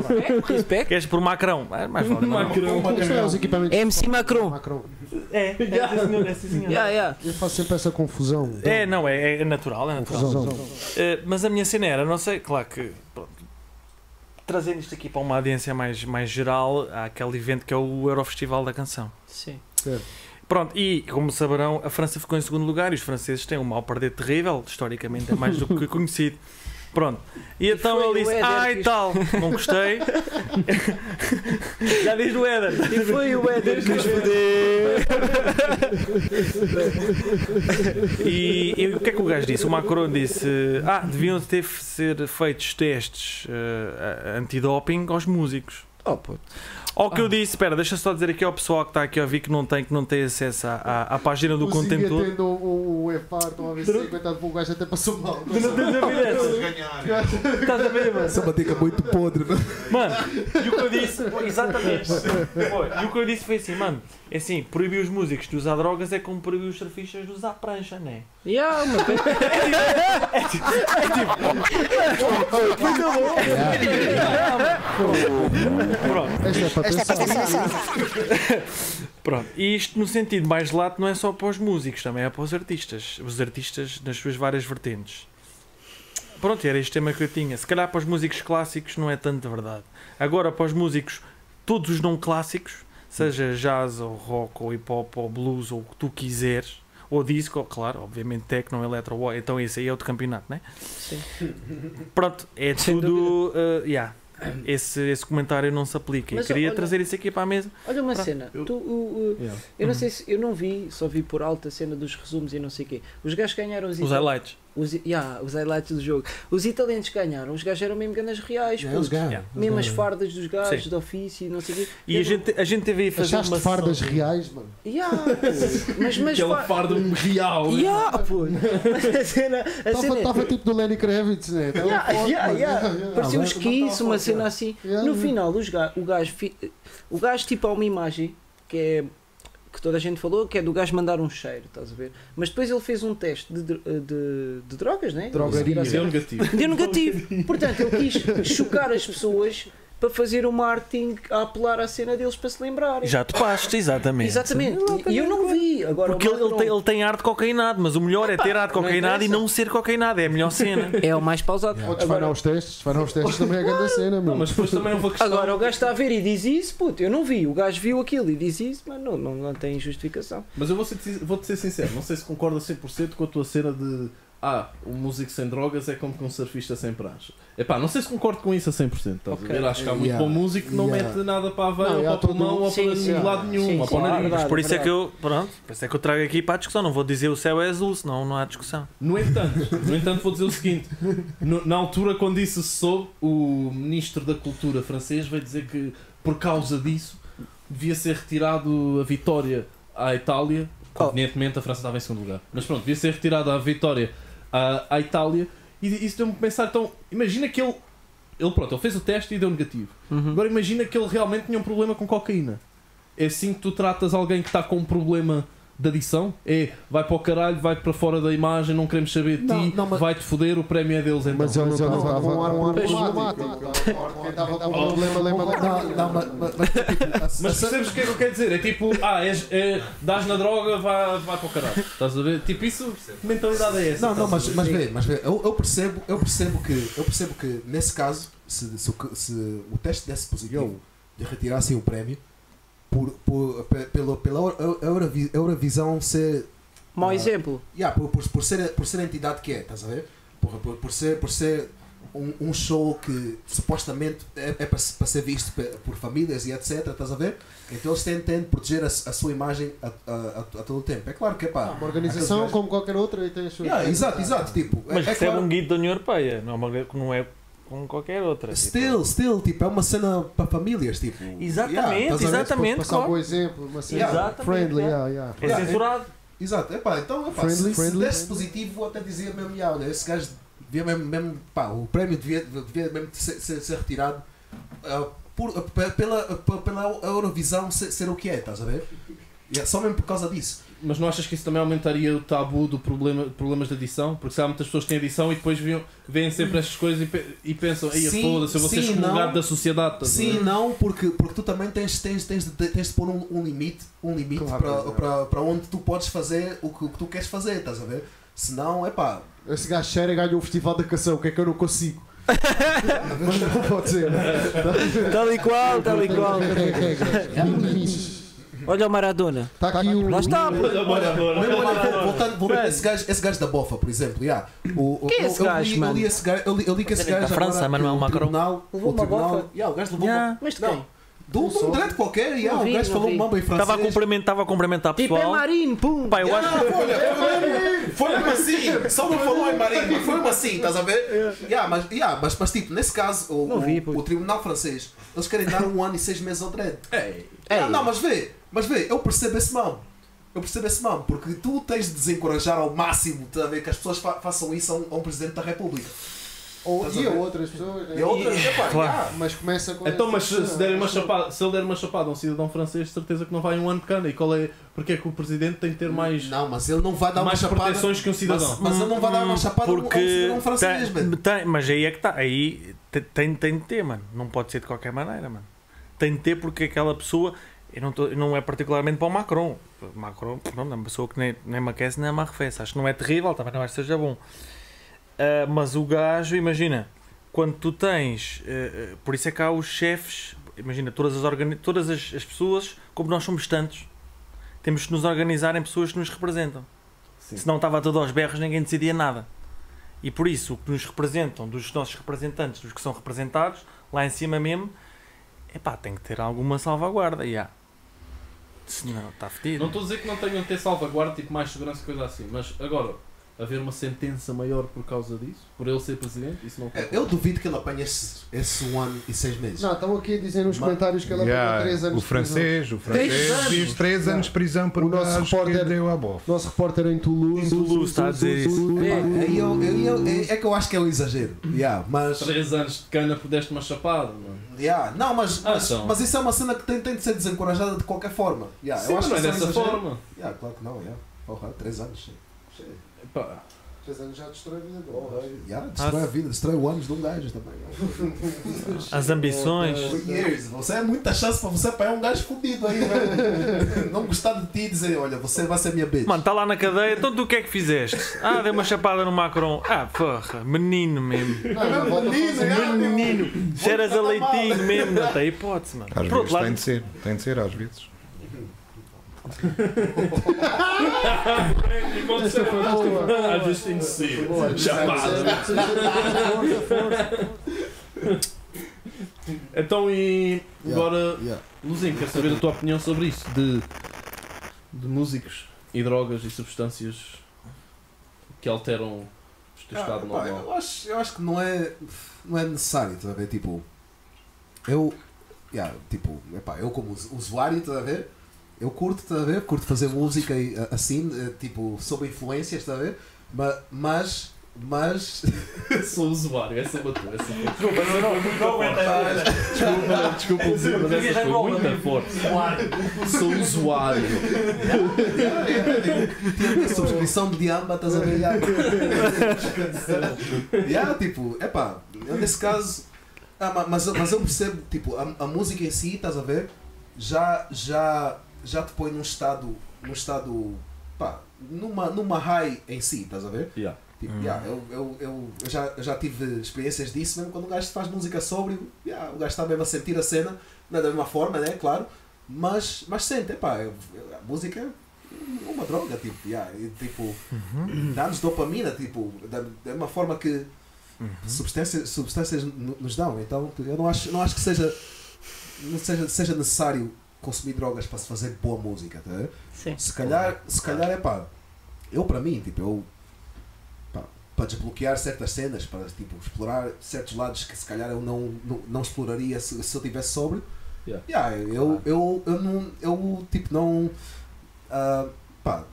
S2: porque não?
S10: Respect.
S2: Queres por Macron? É, mais vale Emmanuel.
S1: Macron.
S6: Isto é os equipamentos
S10: MC Macron.
S6: Macron.
S2: É, é, sim, senhor, é, sim, senhor.
S10: Yeah, yeah.
S6: Eu faço sempre essa confusão.
S2: É, não, é, é natural, é natural. Uh, mas a minha cena era, não sei, claro que pronto, trazendo isto aqui para uma audiência mais, mais geral, há aquele evento que é o Eurofestival da Canção.
S10: Sim.
S2: Pronto, e como saberão, a França ficou em segundo lugar e os franceses têm um mal perder terrível, historicamente é mais do que conhecido. Pronto, e, então
S10: foi o
S2: ele disse:
S10: Éder
S2: Ai
S10: que-
S2: tal, não gostei. Já diz o Éder.
S10: E foi o Éder que os
S2: E, e o que é que o gajo disse? O Macron disse: Ah, deviam ter f- ser feitos testes eh, a- antidoping aos músicos.
S10: Oh, pô.
S2: Ao que eu disse, espera, deixa só dizer aqui ao pessoal que está aqui a ouvir que não tem, que não tem acesso à, à, à página do
S6: O
S2: Contentor.
S6: tendo o, o EFAR, estão a ver se coitado, o gajo até passou mal. é
S2: Estás a ver, mano?
S5: Essa bateca é muito podre, mano.
S2: Mano, e o que eu disse, exatamente. Foi, E o que eu disse foi assim, mano, é assim, proibir os músicos de usar drogas é como proibir os surfistas de usar prancha, não é?
S10: Yeah, uma coisa.
S2: tipo, é Pronto.
S6: Esta é para pensar.
S2: Pronto, e isto no sentido mais lato não é só para os músicos, também é para os artistas. Os artistas nas suas várias vertentes. Pronto, era este tema que eu tinha. Se calhar para os músicos clássicos não é tanto verdade. Agora, para os músicos, todos os não clássicos, seja jazz ou rock ou hip hop ou blues ou o que tu quiseres, ou disco, claro, obviamente techno, electro, uau, então esse aí é outro campeonato, né? Sim. Pronto, é tudo. eh, yeah. esse, esse comentário não se aplica.
S4: Mas,
S2: e queria
S4: olha-
S2: trazer isso aqui para a mesa.
S4: Olha uma cena, tu, o- o-
S2: Yeah.
S4: eu não
S2: Uhum.
S4: sei se eu não vi, só vi por alto a cena dos resumos e não sei o quê. Os gajos ganharam os,
S2: Os
S4: itali-
S2: highlights.
S4: Os, i- yeah, os highlights do jogo. Os italianos ganharam, os gajos eram mesmo ganas reais,
S1: É,
S9: Yeah,
S4: putos.
S9: eles ganham, Yeah. eles
S4: mesmo as
S9: ganham.
S4: fardas dos gajos,
S2: Sim.
S4: de ofício e não sei o quê.
S2: E a gente, a gente teve aí fazer
S9: Achaste
S2: uma
S9: fardas
S2: sessão-
S9: reais, mano?
S4: Yeah, mas, mas
S1: Aquele
S4: fa-
S1: fardo real.
S4: Yeah, pô. A cena, a cena é-
S9: Estava tipo do Lenny Kravitz, né? Tava
S4: Yeah,
S9: forte,
S4: yeah,
S9: mano.
S4: yeah. Ah, Parecia uns
S9: Tava- tava
S4: quis, uma
S9: forte,
S4: cena
S9: yeah.
S4: assim.
S9: Yeah,
S4: no
S9: yeah.
S4: final, os ga- o gajo, fi- o gajo tipo há uma imagem que é que toda a gente falou, que é do gajo mandar um cheiro, estás a ver? Mas depois ele fez um teste de, dro- de, de drogas, né?
S1: Drogaria.
S4: Deu
S1: Deu é um negativo.
S4: negativo. Portanto, ele quis chocar as pessoas para fazer o marketing a apelar à cena deles para se lembrarem.
S2: Já topaste, exatamente.
S4: Exatamente. E eu não vi. Agora,
S2: Porque
S4: o
S2: ele, ele
S4: Macron-
S2: tem, ele tem ar de cocainado, mas o melhor é ter ar de
S4: não
S2: cocainado e
S4: interessa.
S2: não ser cocainado, é a melhor cena.
S4: É o mais pausado.
S6: Podes fanar os testes, fanar os testes também é grande cena, meu.
S1: Mas depois também houve a questão.
S4: Agora o gajo está a ver e diz isso, puto, eu não vi, o gajo viu aquilo e diz isso, mas não, não, não tem justificação.
S1: Mas eu vou ser- vou-te ser sincero, não sei se concordo a 100% com a tua cena de ah, um músico sem drogas é como que um surfista sem prancha. Epá, não sei se concordo com isso a 100%. Estás
S4: Ok.
S1: a ver? Acho que há muito
S5: Yeah.
S1: bom músico que não
S5: Yeah.
S1: mete nada para a veia,
S9: Não,
S1: ou
S9: há
S1: para o
S9: todo
S1: pulmão,
S9: um-
S1: ou para
S4: Sim, sim.
S1: lado nenhum,
S4: Sim,
S1: ou
S4: sim,
S1: para o nariz.
S4: verdade.
S2: Mas por isso é
S4: verdade.
S2: que eu, pronto, por isso é que eu trago aqui para a discussão. Não vou dizer o céu é azul, senão não há discussão.
S1: No entanto, no entanto, vou dizer o seguinte: No- na altura, quando isso se soube, o ministro da Cultura francês veio dizer que por causa disso devia ser retirado a vitória à Itália.
S6: Oh.
S1: Convenientemente, a França estava em segundo lugar, mas pronto, devia ser retirada a vitória à, à Itália. E isso deu-me a pensar: então, imagina que ele, ele, pronto, ele fez o teste e deu negativo.
S6: Uhum.
S1: Agora, imagina que ele realmente tinha um problema com cocaína. É assim que tu tratas alguém que está com um problema de adição? É, vai para o caralho, vai para fora da imagem, não queremos saber de
S9: Não,
S1: ti,
S9: não, mas-
S1: vai-te foder, o prémio é deles então.
S6: Mas ele não
S9: Mas eu não estava
S6: estava.
S9: com um ar
S4: Pois,
S9: problemático. Estava com um problema, lembra
S5: assim, Não, não, mas- mas- mas, tipo, a-
S1: Mas percebes o que é que eu quero dizer? É tipo, ah, és, é, dás na droga, vai, vai para o caralho. Estás a ver? Tipo, isso, que mentalidade é essa?
S5: Não, não, mas,
S1: Estás a ver?
S5: mas vê, mas vê, eu, eu percebo, eu percebo que, eu percebo que nesse caso, se, se, o que- se o teste desse positivo e retirassem o prémio por, por, pe- pelo, pela Eu- Eurovi- Eurovisão ser,
S4: Mau
S5: Ah.
S4: exemplo.
S5: yeah, por, por, por ser, por ser a entidade que é, estás a ver? Por, por, por ser, por ser um, um show que supostamente é, é para, se- para ser visto pe- por famílias e etc, estás a ver? Então eles têm, têm de proteger a, su- a sua imagem a, a, a, a todo o tempo. É claro que é pá.
S9: Ah, Uma organização
S5: aqueles gajos-
S9: como qualquer outra e tem as suas.
S5: Yeah, exato, exato. Tipo, é-
S2: Mas
S5: é
S2: recebe
S5: claro-
S2: um guido da União Europeia, não é, uma- não é como qualquer outra. tipo.
S5: Still, still, tipo, é uma cena para famílias, tipo.
S2: Exatamente,
S5: estás a ver?
S2: exatamente,
S9: Passar um
S2: claro.
S9: bom exemplo, uma cena
S5: Yeah.
S2: Exatamente,
S9: friendly.
S2: é.
S9: Yeah, yeah.
S2: É censurado.
S5: Exato, epá, então, epá,
S6: Friendly,
S5: se, se
S6: friendly.
S5: desse positivo, eu até dizia mesmo, yeah, olha, esse gajo devia mesmo, mesmo pá, o prémio devia, devia mesmo ser, ser- ser retirado ah, por, pe- pela, eh, pe- pela Eurovisão ser, ser o que é, estás a ver? Yeah, só mesmo por causa disso.
S1: Mas não achas que isso também aumentaria o tabu do problema, de problemas de adição? Porque se há muitas pessoas que têm adição e depois viam- veem sempre estas coisas e, pe- e pensam, ei,
S5: Sim,
S1: foda-se, eu vou ser
S5: sim,
S1: excomungado
S5: não.
S1: da sociedade. estás a ver?
S5: Sim, não, porque, porque tu também tens, tens, tens, de, tens de pôr um, um limite, um limite
S9: Claro,
S5: para-
S9: é.
S5: para para onde tu podes fazer o que, o que tu queres fazer, estás a ver? Senão, é pá,
S9: Esse gajo sério ganhou o Festival da Canção, o que é que eu não consigo? Mas não pode ser.
S10: Tal e qual, tal e qual.
S6: Tem regras, limites.
S4: Olha o Maradona.
S9: Tá
S6: Está aqui o.
S9: um
S10: Lá está, pô.
S5: Olha, olha, olha, voltando, voltando esse, gajo, esse gajo da bofa, por exemplo, yeah. o, o-
S4: Quem é
S5: eu-
S4: esse
S5: eu
S4: gajo,
S5: li,
S4: mano?
S5: Eu li, esse gajo, eu li, eu li que esse
S2: é Da
S5: gajo
S2: França,
S5: agora,
S2: Manuel
S5: o
S2: Macron.
S5: Tribunal,
S4: Levou
S5: o
S4: uma
S5: tribunal,
S4: bofa?
S5: Yeah, o gajo levou
S2: Yeah.
S5: uma
S4: Mas de
S5: Não.
S4: quem?
S5: de um, de um grande qualquer, yeah,
S4: Não vi,
S5: o gajo
S4: não
S5: falou
S4: vi.
S5: uma bem francês.
S2: Estava a cumprimentar, estava a cumprimentar
S4: Tipo é
S2: pessoal.
S4: Marinho, pum!
S2: Pá, eu acho
S5: Yeah, foi, olha, foi mesmo assim, só não falou em marido, mas foi mesmo assim, estás a ver? Yeah, mas, yeah, mas, mas tipo, nesse caso, o,
S4: Não
S5: o-
S4: vi, pô.
S5: o Tribunal Francês, eles querem dar um ano e seis meses ao dread.
S1: Ei,
S5: Ah, não, mas vê, mas vê, eu percebo esse mal. Eu percebo esse mal, porque tu tens de desencorajar ao máximo tá a ver, que as pessoas fa- façam isso a um, a um presidente da República.
S9: Ou,
S5: Estás a
S9: e a
S5: ver?
S9: outras pessoas. né?
S5: E a outra, epá, yeah.
S9: Mas começa com.
S1: Então, mas se,
S9: essa-
S1: se derem uma chapada, se ele der uma chapada a um cidadão francês, de certeza que não vai um ano de cana. E qual é. Porque é que o presidente tem que ter mais,
S5: Não, mas ele não vai dar
S1: mais
S5: uma chapada.
S1: proteções que um cidadão?
S5: Mas, mas ele não vai dar uma chapada porque a um cidadão
S2: Hum, Porque.
S5: francês,
S2: tem-
S5: mano.
S2: tem- mas aí é que está. Aí te- tem, tem de ter, mano. Não pode ser de qualquer maneira, mano. Tem de ter porque aquela pessoa. Eu não, tô- não é particularmente para o Macron. O Macron, pronto, é uma pessoa que nem, nem me aquece nem me arrefece. Acho que não é terrível, também não acho que seja bom. Ah, mas o gajo, imagina, quando tu tens. ah, ah, por isso é que há os chefes. Imagina, todas as, organi- todas as, as pessoas, como nós somos tantos, temos que nos organizar em pessoas que nos representam.
S1: Sim.
S2: Senão estava tudo aos berros, ninguém decidia nada. E por isso, o que nos representam, dos nossos representantes, dos que são representados, lá em cima mesmo, epá, tem que ter alguma salvaguarda. E há. Senão está fedido.
S1: Não estou a dizer que não tenham de ter salvaguarda, tipo mais segurança e coisa assim, mas agora, haver uma sentença maior por causa disso, por ele ser presidente, isso não
S5: É, Eu duvido que ele apanhe esse, esse um ano e seis meses.
S6: Não, estão aqui a dizer nos comentários que ele
S8: Yeah,
S6: apanhou 3 anos
S8: o francês, o francês diz 3 anos de prisão por
S6: O nosso
S8: gajo que
S6: repórter-
S8: deu à bola.
S6: Nosso repórter em Toulouse.
S8: Em Toulouse, está a dizer isso.
S5: É, aí eu- eu- eu- é- é que eu acho que é um exagero. Yeah, mas,
S1: 3 anos de cana pudeste uma chapada, mano.
S5: yeah, não, mas,
S1: Ah,
S5: mas,
S1: então.
S5: mas isso é uma cena que tem, tem de ser desencorajada de qualquer forma. Yeah,
S1: Sim,
S5: eu acho
S1: mas
S5: que
S1: não é
S5: isso um
S1: dessa
S5: exagero.
S1: forma.
S5: Yeah, claro que não, yeah. Porra, 3 anos. Cheio.
S1: Pá,
S6: 3 anos já destrói a vida
S5: Porra,
S6: dele.
S5: yeah, destrói a vida, destrói o anos de um gajo também.
S2: As ambições.
S5: Years, Você é muita chance para você apanhar um gajo fudido aí, velho. Não gostar de ti e dizer, olha, você vai ser minha bitch.
S2: Mano, está lá na cadeia, então tu o que é que fizeste? Ah, dei uma chapada no Macron. Ah, porra, menino mesmo.
S6: Não, não, volta a fazer-
S2: Menino, cheiras a leitinho mesmo, não tem hipótese, mano.
S8: Às
S2: Por
S8: vezes
S2: outro
S8: tem
S2: lado,
S8: de ser, tem de ser, às vezes.
S1: É,
S6: Esta foi boa.
S1: Às vezes tem de ser.
S6: Boa.
S1: Chapada.
S6: Força, força.
S1: Então e
S5: Yeah,
S1: agora,
S5: yeah.
S1: Luzinho, quero saber a tua opinião sobre isso, de, de músicos e drogas e substâncias que alteram o teu
S5: Ah,
S1: estado
S5: pá,
S1: normal.
S5: eu, acho, eu acho que não é, não é necessário, estás a ver? Tipo, eu, yeah, tipo, epá, eu como usu- usuário, estás a ver? Eu curto, estás a ver? Curto fazer música e, a- assim, eh, tipo, sob influências, estás a ver? Ma- Mas, mas,
S1: sou usuário, essa bateu, essa bateu.
S2: Desculpa, não, não, não aguenta.
S1: Desculpa, desculpa, Luzinho, mas essa foi muito forte.
S2: Um
S1: Sou um usuário.
S5: tipo, subscrição de amba, estás a ver? Yeah, yeah, tipo, epá, eu nesse caso, ah, ma- mas, eu- mas eu percebo, tipo, a, a música em si, estás a ver? já, já, já te põe num estado, num estado, pá, numa, numa high em si, estás a ver?
S1: Yeah.
S5: Tipo, yeah, eu, eu, eu, eu já, eu já tive experiências disso mesmo, quando um gajo faz música sóbrio, yeah, o gajo está mesmo a sentir a cena, não é da mesma forma, né, claro, mas, mas sente, epá, eu- eu- a música é uma droga, tipo, yeah, e, tipo dá-nos dopamina, tipo, da, da mesma forma que substâncias, Uhum. substâncias no- nos dão, então eu não acho, não acho que seja não seja, seja necessário consumir drogas para se fazer boa música, tá? a ver?
S4: Sim.
S5: Se calhar, se calhar é pá, eu para mim, tipo, eu pá, para desbloquear certas cenas, para tipo, explorar certos lados que se calhar eu não, não, não exploraria se, se eu tivesse sobre.
S1: Yeah.
S5: Yeah, eu, eu, eu, não, eu tipo não ah, pá,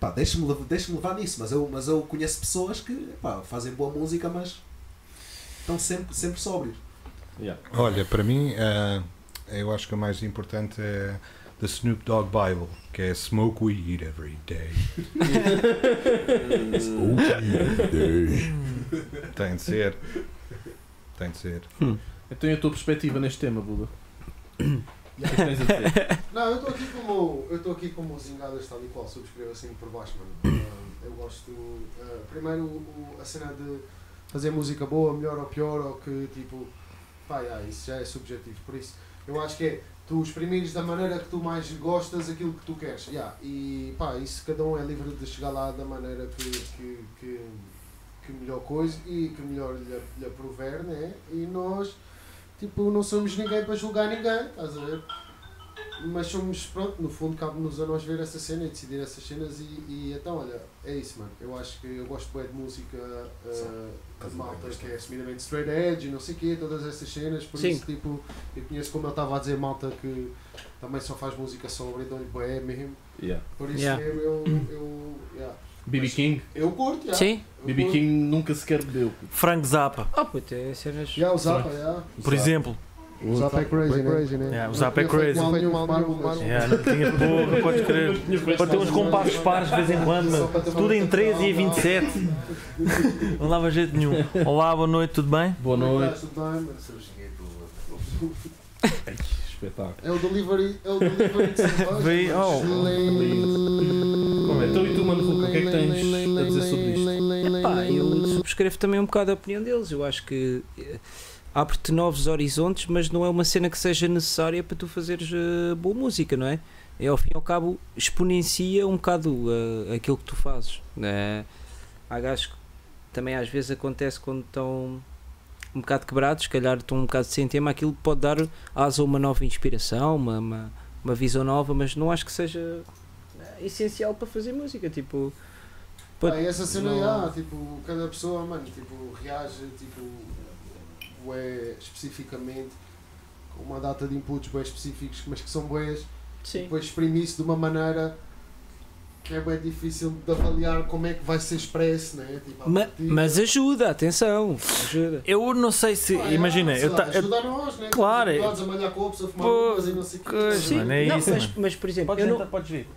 S5: pá deixa-me lev- deixa-me levar nisso, mas eu, mas eu conheço pessoas que pá, fazem boa música, mas estão sempre, sempre sóbrios.
S8: Olha, para mim, ah, eu acho que o mais importante é The Snoop Dogg Bible, que é Smoke Weed Every Day. Smoke Weed Every Day. Tem de ser. Tem de ser.
S1: Então e a tua perspectiva neste tema, Buda? O que é que tens a dizer?
S6: Não, eu estou aqui como eu estou aqui como os engadas tal e qual, subscrevo assim por baixo, mano. Ah, eu gosto ah, primeiro o- a cena de fazer música boa, melhor ou pior, ou que tipo, pá, yeah, isso já é subjetivo, por isso eu acho que é tu exprimires da maneira que tu mais gostas aquilo que tu queres. Yeah, e pá, isso cada um é livre de chegar lá da maneira que, que, que, que melhor coisa e que melhor lhe, lhe aprover, né? E nós tipo não somos ninguém para julgar ninguém, estás a ver? mas somos, pronto, no fundo cabe-nos a nós ver essa cena e decidir essas cenas e, e então, olha, é isso, mano. Eu acho que eu gosto bem de música uh, de malta que é assumidamente straight edge e não sei o quê, todas essas cenas, por
S4: Sim.
S6: isso, tipo, eu conheço como eu estava a dizer, malta que também só faz música sobre, dão-lhe bué mesmo,
S1: Yeah.
S6: por isso
S4: Yeah.
S6: mesmo eu, eu, yeah.
S1: BB King?
S6: eu curto, yeah.
S4: Sim?
S6: Eu
S1: BB
S6: curto.
S1: King nunca sequer bebeu.
S2: Frank Zappa,
S4: Ah, puto, é cenas.
S6: Yeah, o Zappa, yeah.
S2: por exemplo.
S6: O Zappa é crazy, né?
S2: Yeah, o Zappa é crazy.
S6: Não tinha feito mal nenhum, mas-
S2: Yeah, É, não tinha porra, podes crer. Para ter uns compassos pares de vez em quando, mano. Tudo em 13 e a 27. Não dava jeito nenhum. Olá, boa noite, tudo bem?
S1: Boa noite.
S6: Tudo bem, mano?
S1: Espetáculo.
S6: É o delivery, é o delivery de
S2: Vem-
S6: cerveja.
S2: oh.
S1: Como é? Então e tu, Mano Ruca, o que é que tens a dizer sobre isto?
S4: Epá, eu subscrevo também um bocado a opinião deles. Eu acho que eh, abre-te novos horizontes, mas não é uma cena que seja necessária para tu fazeres eh, boa música, não é? E ao fim e ao cabo exponencia um bocado eh, aquilo que tu fazes. né? é? Há gajos que também às vezes acontece quando estão um bocado quebrados, se calhar estão um bocado sem tema, aquilo pode dar asa a uma nova inspiração, uma, uma, uma visão nova, mas não acho que seja eh, essencial para fazer música, tipo... pode-
S6: Pá, e essa cena,
S4: não-
S6: já, tipo, cada pessoa, mano, tipo, reage, tipo, bué especificamente, com uma data de inputs bué específicos, mas que são bués,
S4: Sim.
S6: depois exprime isso de uma maneira que é bem difícil de avaliar como é que vai ser expresso, né? Tipo, à
S4: Ma-
S6: partida.
S4: mas ajuda, atenção, ajuda.
S2: Eu não sei se.
S6: Ah, é,
S2: imagina,
S6: sei
S2: eu,
S6: lá,
S2: ta- eu-
S6: ajuda a nós, né?
S2: Claro,
S6: Tipo,
S2: é-
S6: nós a malhar com a pessoa, a fumar
S2: Pô,
S6: umas e não sei o quê. É
S2: coisa.
S4: Sim,
S2: mano, é
S4: não,
S2: isso,
S4: mas,
S2: mano.
S4: mas por exemplo,
S2: Podes
S4: eu
S2: entrar,
S4: não,
S2: podes vir.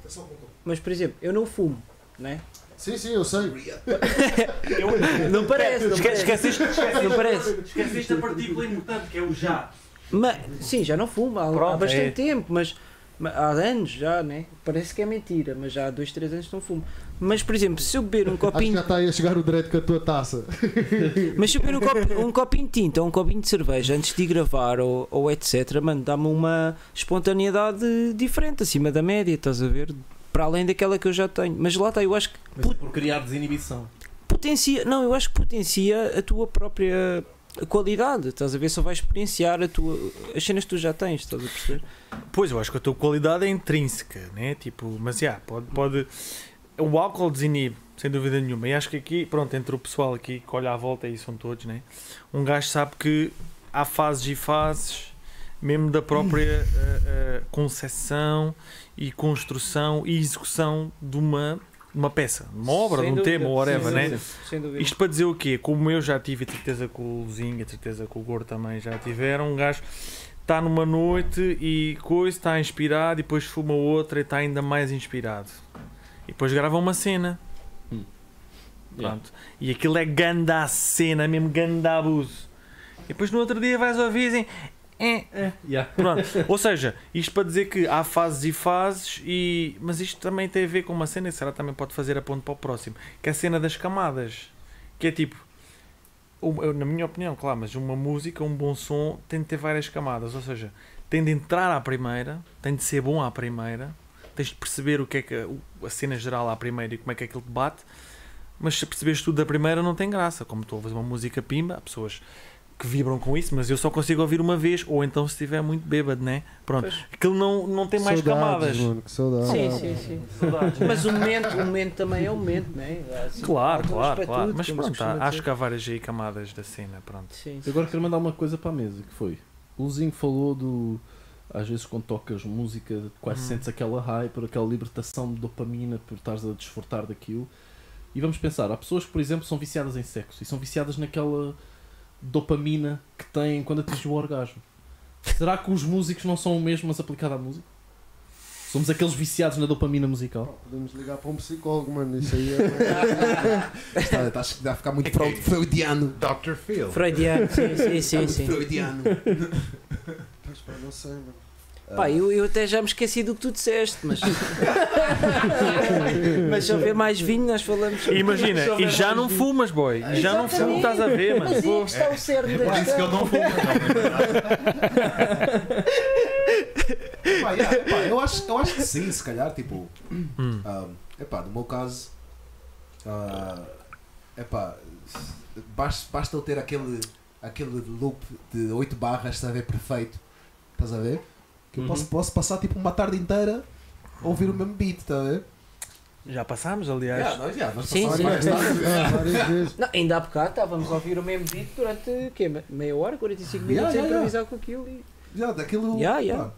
S4: mas por exemplo, eu não fumo, né?
S6: Sim, sim, eu sei.
S4: Não parece, não
S2: Esque-
S4: parece.
S2: Esqueceste
S4: Não parece.
S2: esqueceste a partícula importante que é o já.
S4: Mas, sim, já não fumo há, há
S2: Pronto,
S4: bastante
S2: é.
S4: tempo, mas, mas há anos já, né? Parece que é mentira, mas já há dois, três anos não fumo. Mas, por exemplo, se eu beber um
S6: Acho que
S4: copinho,
S6: já está aí a chegar o direito com a tua taça.
S4: mas se eu beber um, copo, um copinho de tinta ou um copinho de cerveja antes de ir gravar ou, ou etc, mano, dá-me uma espontaneidade diferente, acima da média, estás a ver? Para além daquela que eu já tenho. Mas lá está, eu acho que
S1: Mas é por criar desinibição.
S4: potencia, não, eu acho que potencia a tua própria qualidade, estás a ver? Só vais experienciar a tua, as cenas que tu já tens, estás a perceber?
S2: Pois, eu acho que a tua qualidade é intrínseca, né? Tipo, mas já, pode, pode. O álcool desinibe, sem dúvida nenhuma. E acho que aqui, pronto, entre o pessoal aqui que olha à volta, e são todos, né? Um gajo sabe que há fases e fases, mesmo da própria
S4: Hum.
S2: ah, ah, concepção e construção e execução de uma, de uma peça, de uma obra, de
S4: Sem
S2: um
S4: dúvida,
S2: tema, whatever,
S4: sem
S2: né?
S4: dúvida, Sem dúvida.
S2: Isto para dizer o quê? Como eu já tive, e de certeza que o Luzinho, de certeza que o Gordo também já tiveram, um gajo está numa noite e coisa, está inspirado, e depois fuma outra e está ainda mais inspirado. E depois grava uma cena.
S1: Hum. Yeah.
S2: Pronto. E aquilo é ganda cena, mesmo ganda abuso. E depois no outro dia vais ouvir e dizem. "Eh, eh."
S1: Yeah.
S2: Pronto. Ou seja, isto para dizer que há fases e fases, e... mas isto também tem a ver com uma cena, e será também pode fazer a ponto para o próximo, que é a cena das camadas. Que é tipo, um- eu- na minha opinião, claro, mas uma música, um bom som, tem de ter várias camadas. Ou seja, tem de entrar à primeira, tem de ser bom à primeira, tens de perceber o que é que a, o- a cena geral à primeira e como é que aquilo te bate. Mas se perceberes tudo da primeira, não tem graça. Como tu ouves uma música pimba, há pessoas que vibram com isso, mas eu só consigo ouvir uma vez, ou então se estiver muito bêbado, né? Pronto, aquilo não, não tem mais camadas.
S6: Mano, que
S2: Ah.
S6: saudades.
S4: Sim, sim, sim. Mas o momento, o momento também é o momento, não é? Assim,
S2: Claro,
S4: há alturas
S2: claro,
S4: para
S2: claro.
S4: tudo,
S2: Mas
S4: como se
S2: pronto,
S4: costuma
S2: há- acho
S4: dizer.
S2: que há várias aí camadas da cena, pronto.
S4: Sim,
S1: Eu
S4: sim.
S1: agora quero mandar uma coisa para a mesa, que foi. O Luzinho falou do. Às vezes quando tocas música, quase
S2: Hum.
S1: sentes aquela hype, aquela libertação de dopamina por estares a desfrutar daquilo. E vamos pensar, há pessoas que, por exemplo, são viciadas em sexo e são viciadas naquela dopamina que têm quando atingem o orgasmo. Será que os músicos não são o mesmo, mas aplicado à música? Somos aqueles viciados na dopamina musical?
S6: Podemos ligar para um psicólogo, mano. Isso aí é.
S5: Está, acho que vai ficar
S4: É
S5: muito fraud- freudiano.
S8: Dr. Phil.
S4: Freudiano, sim, sim, sim.
S5: Muito
S4: sim.
S5: Freudiano.
S6: Pois pá, não sei, mano.
S4: Pá, eu, eu até já me esqueci do que tu disseste, mas. mas se houver mais vinho, nós falamos. sobre-
S2: Imagina,
S4: se houver
S2: e já
S4: mais
S2: não
S4: vinho.
S2: fumas, boy. E já não fumas, estás a ver, mano.
S4: Mas aí é que está o cerne da
S8: Por isso que eu
S4: questão.
S8: não vou.
S5: Pá, yeah, pá, eu, acho, eu acho que sim, se calhar, tipo.
S2: Hum.
S5: ah, epá, no meu caso. ah, epá, basta, basta eu ter aquele, aquele loop de 8 barras, sabe? Perfeito. Estás a ver? Que eu posso, posso passar tipo uma tarde inteira a ouvir o mesmo beat, estás a ver?
S2: Já passámos, aliás.
S5: Yeah, nós, yeah, nós
S4: Sim,
S5: passamos
S4: sim.
S5: várias tardes.
S6: É, várias vezes.
S4: Não, ainda há bocado estávamos a ouvir o mesmo beat durante o quê? Me- meia hora, 45 minutos,
S5: Yeah,
S4: a
S5: yeah,
S4: improvisar com aquilo e.
S5: Já, daquilo.
S4: Yeah, yeah.
S5: pá,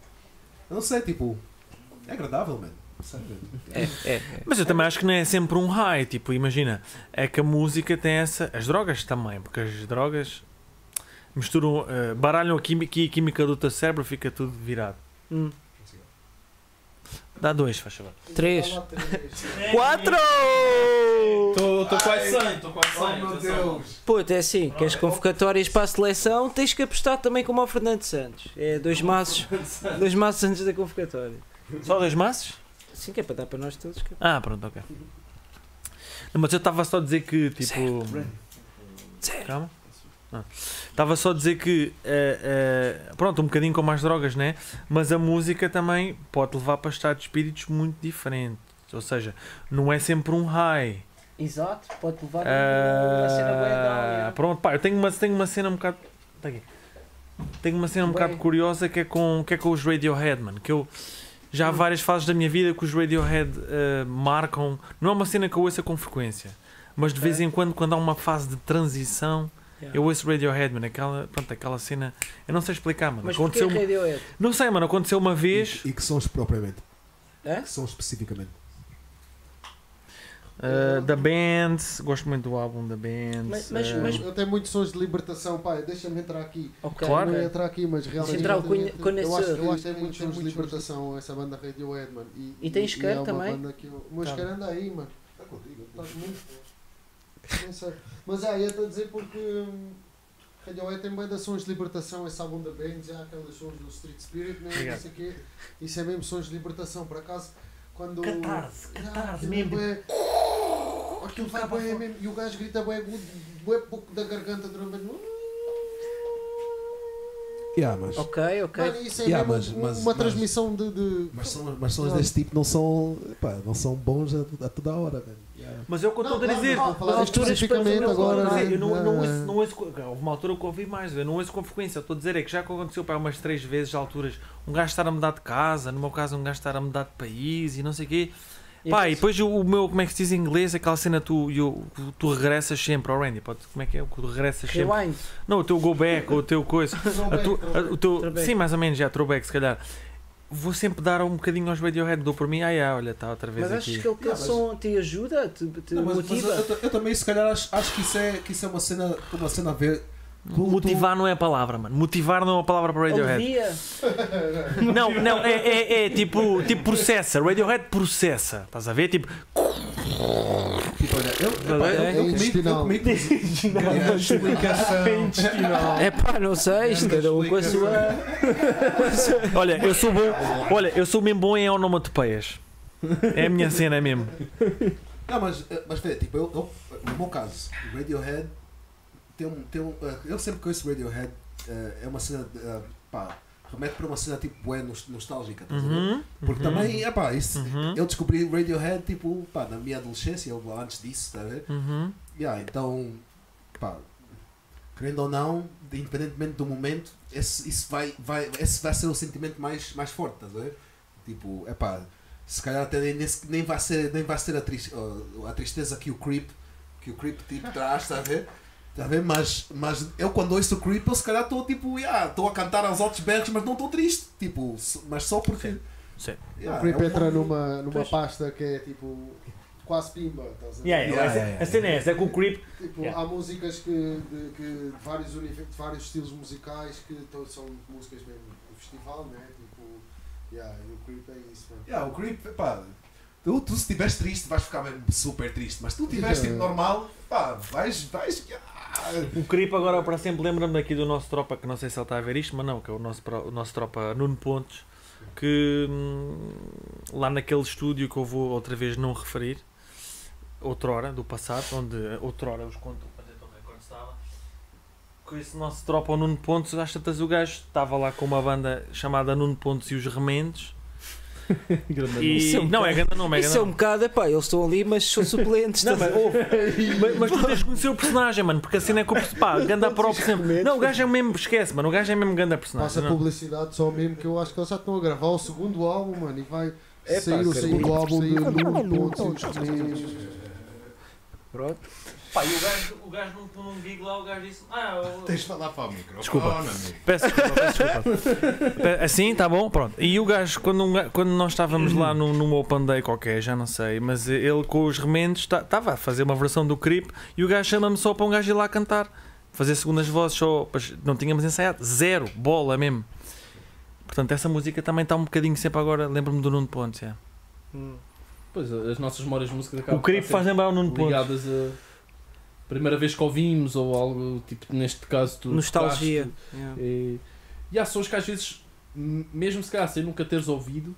S5: eu não sei, tipo. É agradável, mano. Sério.
S4: É, é.
S2: Mas eu também acho que não é sempre um high. Tipo, imagina, é que a música tem essa. As drogas também, porque as drogas misturam. eh, baralham a química, a química do teu cérebro fica tudo virado.
S4: Hum.
S2: Dá dois, faz favor.
S4: Três.
S6: Fala três.
S4: Quatro!
S1: Estou quase 100, estou quase 100.
S6: Oh meu Deus!
S4: Puto, é assim, queres convocatórias para a seleção, tens que apostar também como ao Fernando Santos. É dois maços, dois maços antes da convocatória.
S2: Só dois maços?
S4: Sim, que é para dar para nós todos. Que...
S2: Ah, pronto, ok. Não, mas eu estava só a dizer que, tipo. Calma. Ah. Estava só a dizer que, eh, eh, pronto, um bocadinho com mais drogas, né? Mas a música também pode levar para estados de espíritos muito diferentes. Ou seja, não é sempre um high.
S4: Exato, pode levar a uma cena bem
S2: Ah,
S4: da
S2: pronto, pá, eu tenho uma, tenho uma cena um bocado. tá aqui. Tenho uma cena um bocado
S4: Bem.
S2: curiosa que é, com, que é com os Radiohead, mano. Que eu
S4: Hum.
S2: já há várias fases da minha vida que os Radiohead ah, marcam. Não é uma cena que eu ouça com frequência, mas de vez em quando, quando há uma fase de transição, eu ouço Radiohead, mano. Aquela, pronto, aquela cena. Eu não sei explicar, mano.
S4: Mas porquê é?
S2: aconteceu uma-
S4: Radiohead?
S2: Não sei, mano. Aconteceu uma vez.
S5: E que sons propriamente?
S4: Hã?
S5: Que sons especificamente?
S2: ah, da Band, gosto muito do álbum da Band.
S4: Mas- mas-
S2: ah,
S4: mas-
S6: Eu tenho muitos sons de libertação, pá, deixa-me entrar aqui.
S4: Ok.
S2: Claro.
S6: Eu ia entrar aqui, mas realmente.
S4: entrar o Cunha-
S6: eu
S4: Cunha-
S6: acho- Eu
S9: Cunha-
S6: acho que tem muitos
S9: tem
S6: sons de
S9: muitos sons de-
S6: libertação essa banda Radiohead, mano. E,
S4: E tem isqueiro
S6: é uma
S4: também?
S6: banda que eu- O meu
S4: Tá.
S6: isqueiro anda aí, mano. Está Tá contigo, estás muito. Não sei. Mas é, ia-te a dizer porque. hum, Radiohead tem banda sons de libertação, esse álbum da Band, já aqueles sons do Street Spirit, né? não
S2: Obrigado.
S6: sei o quê. Isso é mesmo sons de libertação, por acaso. Quando.
S2: Catarse,
S6: Ah,
S2: catarse
S6: aquilo é
S2: mesmo.
S6: bué- Aquilo vai bué mesmo. E o gajo grita bué agudo, bué pouco da garganta durante.
S5: Yeah, mas,
S4: Ok, ok.
S6: Mano, isso é
S5: Yeah, mas-
S6: mesmo
S5: mas-
S6: uma
S5: mas-
S6: transmissão de. de-
S5: mas, sons, mas sons deste tipo não são, pá, não são bons a, a toda hora, mano. Yeah.
S2: Mas é eu estou a
S6: claro,
S2: dizer.
S6: não, falar
S4: alturas
S6: especificamente
S4: para-
S6: agora.
S2: Não, eu não, não,
S6: né?
S2: ouço, não ouço, co- houve uma altura que ouvi mais, eu não ouço com frequência. Eu Estou a dizer é que já que aconteceu para umas três vezes alturas, um gajo estar a mudar de casa, no meu caso, um gajo estar a mudar de país e não sei o quê. Pá, e depois o, o meu, como é que se diz em inglês, aquela cena tu, eu, tu regressas sempre, oh Randy, pode, como é que é? Tu regressas sempre.
S4: Rewind.
S2: Não, o teu go back, ou o teu coisa. a
S6: Throwback,
S2: tu- a- o teu-
S4: Throwback.
S2: sim, mais ou menos, já, throwback, se calhar. Vou sempre dar um bocadinho aos Radiohead, dou por mim, ai, ai, olha, está outra vez
S4: Mas achas
S2: aqui.
S4: que aquele som te ajuda? Te, te
S5: Não, mas- mas
S4: motiva?
S5: eu, eu- eu também, se calhar, acho, acho que, isso é, que isso é uma cena, uma cena a ver. Tu- tu-
S2: Motivar não é a palavra, mano. Motivar não é a palavra para Radiohead.
S4: Ouvia?
S2: Não, não, é, é, é tipo, tipo processa. Radiohead processa. Estás a ver? Tipo,
S5: Tipo, olha, eu, epá, eu,
S2: É
S5: eu comi, eu
S6: intestinal.
S5: comi,
S4: É pá, não sei, isto cada um com a sua.
S2: olha, eu sou bom. Olha, eu sou mesmo bom em onomatopeias. É a minha cena mesmo.
S5: Não, mas, eh, mas vê, tipo, eu, eu- no meu caso, o Radiohead tem um. Tem um eh, eu sempre conheço o Radiohead, eh, é uma cena. de, eh, pá, remete para uma cena tipo bué nos- nostálgica, estás a ver?
S2: Uhum,
S5: Porque
S2: uhum,
S5: também, é pá, isso,
S2: Uhum.
S5: eu descobri o Radiohead, tipo, pá, na minha adolescência, ou antes disso, estás a ver?
S2: uhum.
S5: Yeah, então, pá, querendo ou não, independentemente do momento, esse, isso vai, vai, esse vai ser o sentimento mais, mais forte, estás a ver? Tipo, é pá, se calhar até nem, nesse- nem vai ser, nem vai ser a, tris- oh, a tristeza que o Creep, que o Creep tipo, traz, estás a ver? Tá a ver? Mas, mas eu quando ouço o Creep, eu se calhar estou tipo, yeah, estou a cantar aos altos berros, mas não estou triste, tipo, so- mas só porque.
S2: Sim.
S5: Yeah,
S6: O Creep
S5: é um
S6: entra
S5: momento-
S6: numa, numa
S4: Pois.
S6: pasta que é tipo quase pimba, estás a ver?
S5: yeah, essa- yeah, yeah. a cena
S2: é essa, é com o creep.
S6: Tipo,
S2: Yeah.
S6: Há músicas que, de, que de, vários univer- de vários estilos musicais que to- são músicas mesmo do festival, né? Tipo, yeah, e o Creep é isso, mano.
S5: Yeah, o Creep, pá, tu, tu se estiveres triste vais ficar mesmo super triste, mas se tu estiveres tipo
S6: Yeah.
S5: normal, pá, vais, vais, yeah.
S2: O creep agora para sempre lembra-me daqui do nosso tropa, que não sei se ele está a ver isto, mas não, que é o nosso, pro- o nosso tropa Nuno Pontes, que hum, lá naquele estúdio que eu vou outra vez não referir, outrora, do passado, onde outrora os conto quando eu toquei, quando estava, com esse nosso tropa o Nuno Pontes, às tantas o gajo estava lá com uma banda chamada Nuno Pontes e os Remendes.
S1: Grande
S2: E,
S10: Isso é um
S2: não, é grande nome, é grande
S10: Isso é
S2: nome.
S10: um bocado, epá, eles estão ali, mas são suplentes.
S4: tá
S2: Não,
S10: estás
S2: mas,
S10: a-
S2: ouve, mas, mas tu tens de conhecer o personagem, mano, porque a cena é que o perso- pá, ganda próprio sempre. Não, o gajo é mesmo, esquece, mano, o gajo é mesmo ganda
S6: Passa
S2: personagem. não.
S6: publicidade só mesmo que eu acho que eles já estão a gravar o segundo álbum, mano, e vai
S5: É,
S6: sair
S5: pá,
S6: o
S5: cara,
S6: segundo
S5: eu-
S6: álbum de
S5: eu-
S6: Nuno Pontes e os Remendos.
S10: Pronto.
S2: Pá, e o gajo, o gajo num, num gig lá, o gajo disse, ah, eu-
S8: Tens de falar para o microfone,
S2: Desculpa.
S8: amigo.
S2: Peço desculpa, peço desculpa. Pe- Assim, tá bom, pronto. E o gajo, quando, um ga- quando nós estávamos lá num, num open day qualquer, já não sei, mas ele com os remendos tá- estava a fazer uma versão do creep e o gajo chama-me só para um gajo ir lá cantar, fazer segundas vozes, só, mas não tínhamos ensaiado, zero, bola mesmo. Portanto, essa música também está um bocadinho sempre agora, lembro-me do Nuno Pontes. é.
S1: Pois, as nossas memórias de música acabam
S2: O creep
S1: por estar
S2: faz lembrar o Nuno
S1: sempre
S2: Pontes.
S1: ligadas a primeira vez que ouvimos ou algo tipo neste caso tu
S10: Nostalgia.
S1: tocaste. E, e há sons que às vezes, m- mesmo se calhar sem nunca teres ouvido,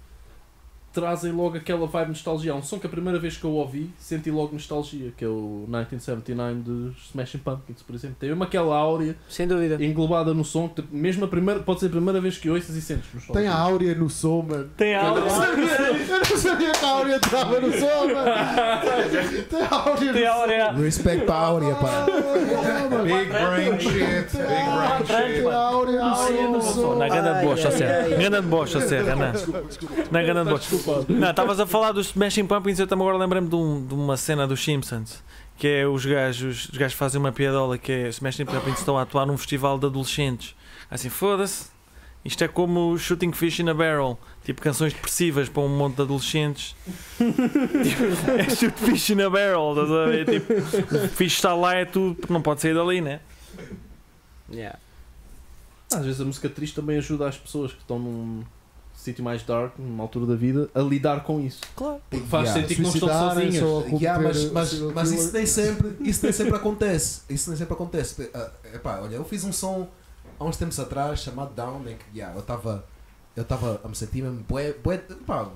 S1: trazem logo aquela vibe de nostalgia. Há um som que a primeira vez que eu ouvi senti logo nostalgia, que é o 1979 de Smashing Pumpkins, por exemplo. Tem mesmo aquela áurea
S4: Sem dúvida.
S1: englobada no som, que mesmo a primeira, pode ser a primeira vez que ouças e sentes nostalgia.
S9: Tem a áurea no som, mano.
S2: Tem
S9: Eu não
S2: áurea.
S9: sabia, eu não sabia que a áurea estava no som, mano. Tem a áurea
S2: Tem
S9: no som.
S2: áurea.
S5: Respect para a Áurea, pá.
S9: Ah, mano.
S8: Big brain shit, big brain shit.
S9: Tem a áurea no som, no som.
S2: Na grande de bosta, a
S4: Ai, ai,
S2: sério.
S4: ai.
S2: Na grande de bosta, a sério, Ana. Na grande de bosta. Não, estavas a falar dos Smashing Pumpkins, eu também agora lembrei-me de, um- de uma cena dos Simpsons. Que é os gajos, os gajos fazem uma piadola que é os Smashing Pumpkins estão a atuar num festival de adolescentes. Assim, foda-se. Isto é como o Shooting Fish in a Barrel. Tipo canções depressivas para um monte de adolescentes. tipo, é Shoot Fish in a Barrel, estás a ver? Tipo, o fish está lá, é tudo, porque não pode sair dali, né?
S4: Yeah.
S1: Às vezes a música triste também ajuda as pessoas que estão num sítio mais dark, numa altura da vida, a lidar com isso.
S4: Claro.
S1: Porque faz
S5: Yeah,
S1: sentir que é não estão
S9: suicidarem-se
S1: sozinhas.
S9: ou-
S5: Yeah, mas,
S9: cometer
S5: mas,
S9: serial
S5: mas
S9: killer.
S5: isso nem sempre isso nem sempre acontece isso nem sempre acontece Ah, epá, olha eu fiz um som há uns tempos atrás chamado Down em que yeah, eu estava eu estava a me sentir mesmo bué, bué, pá,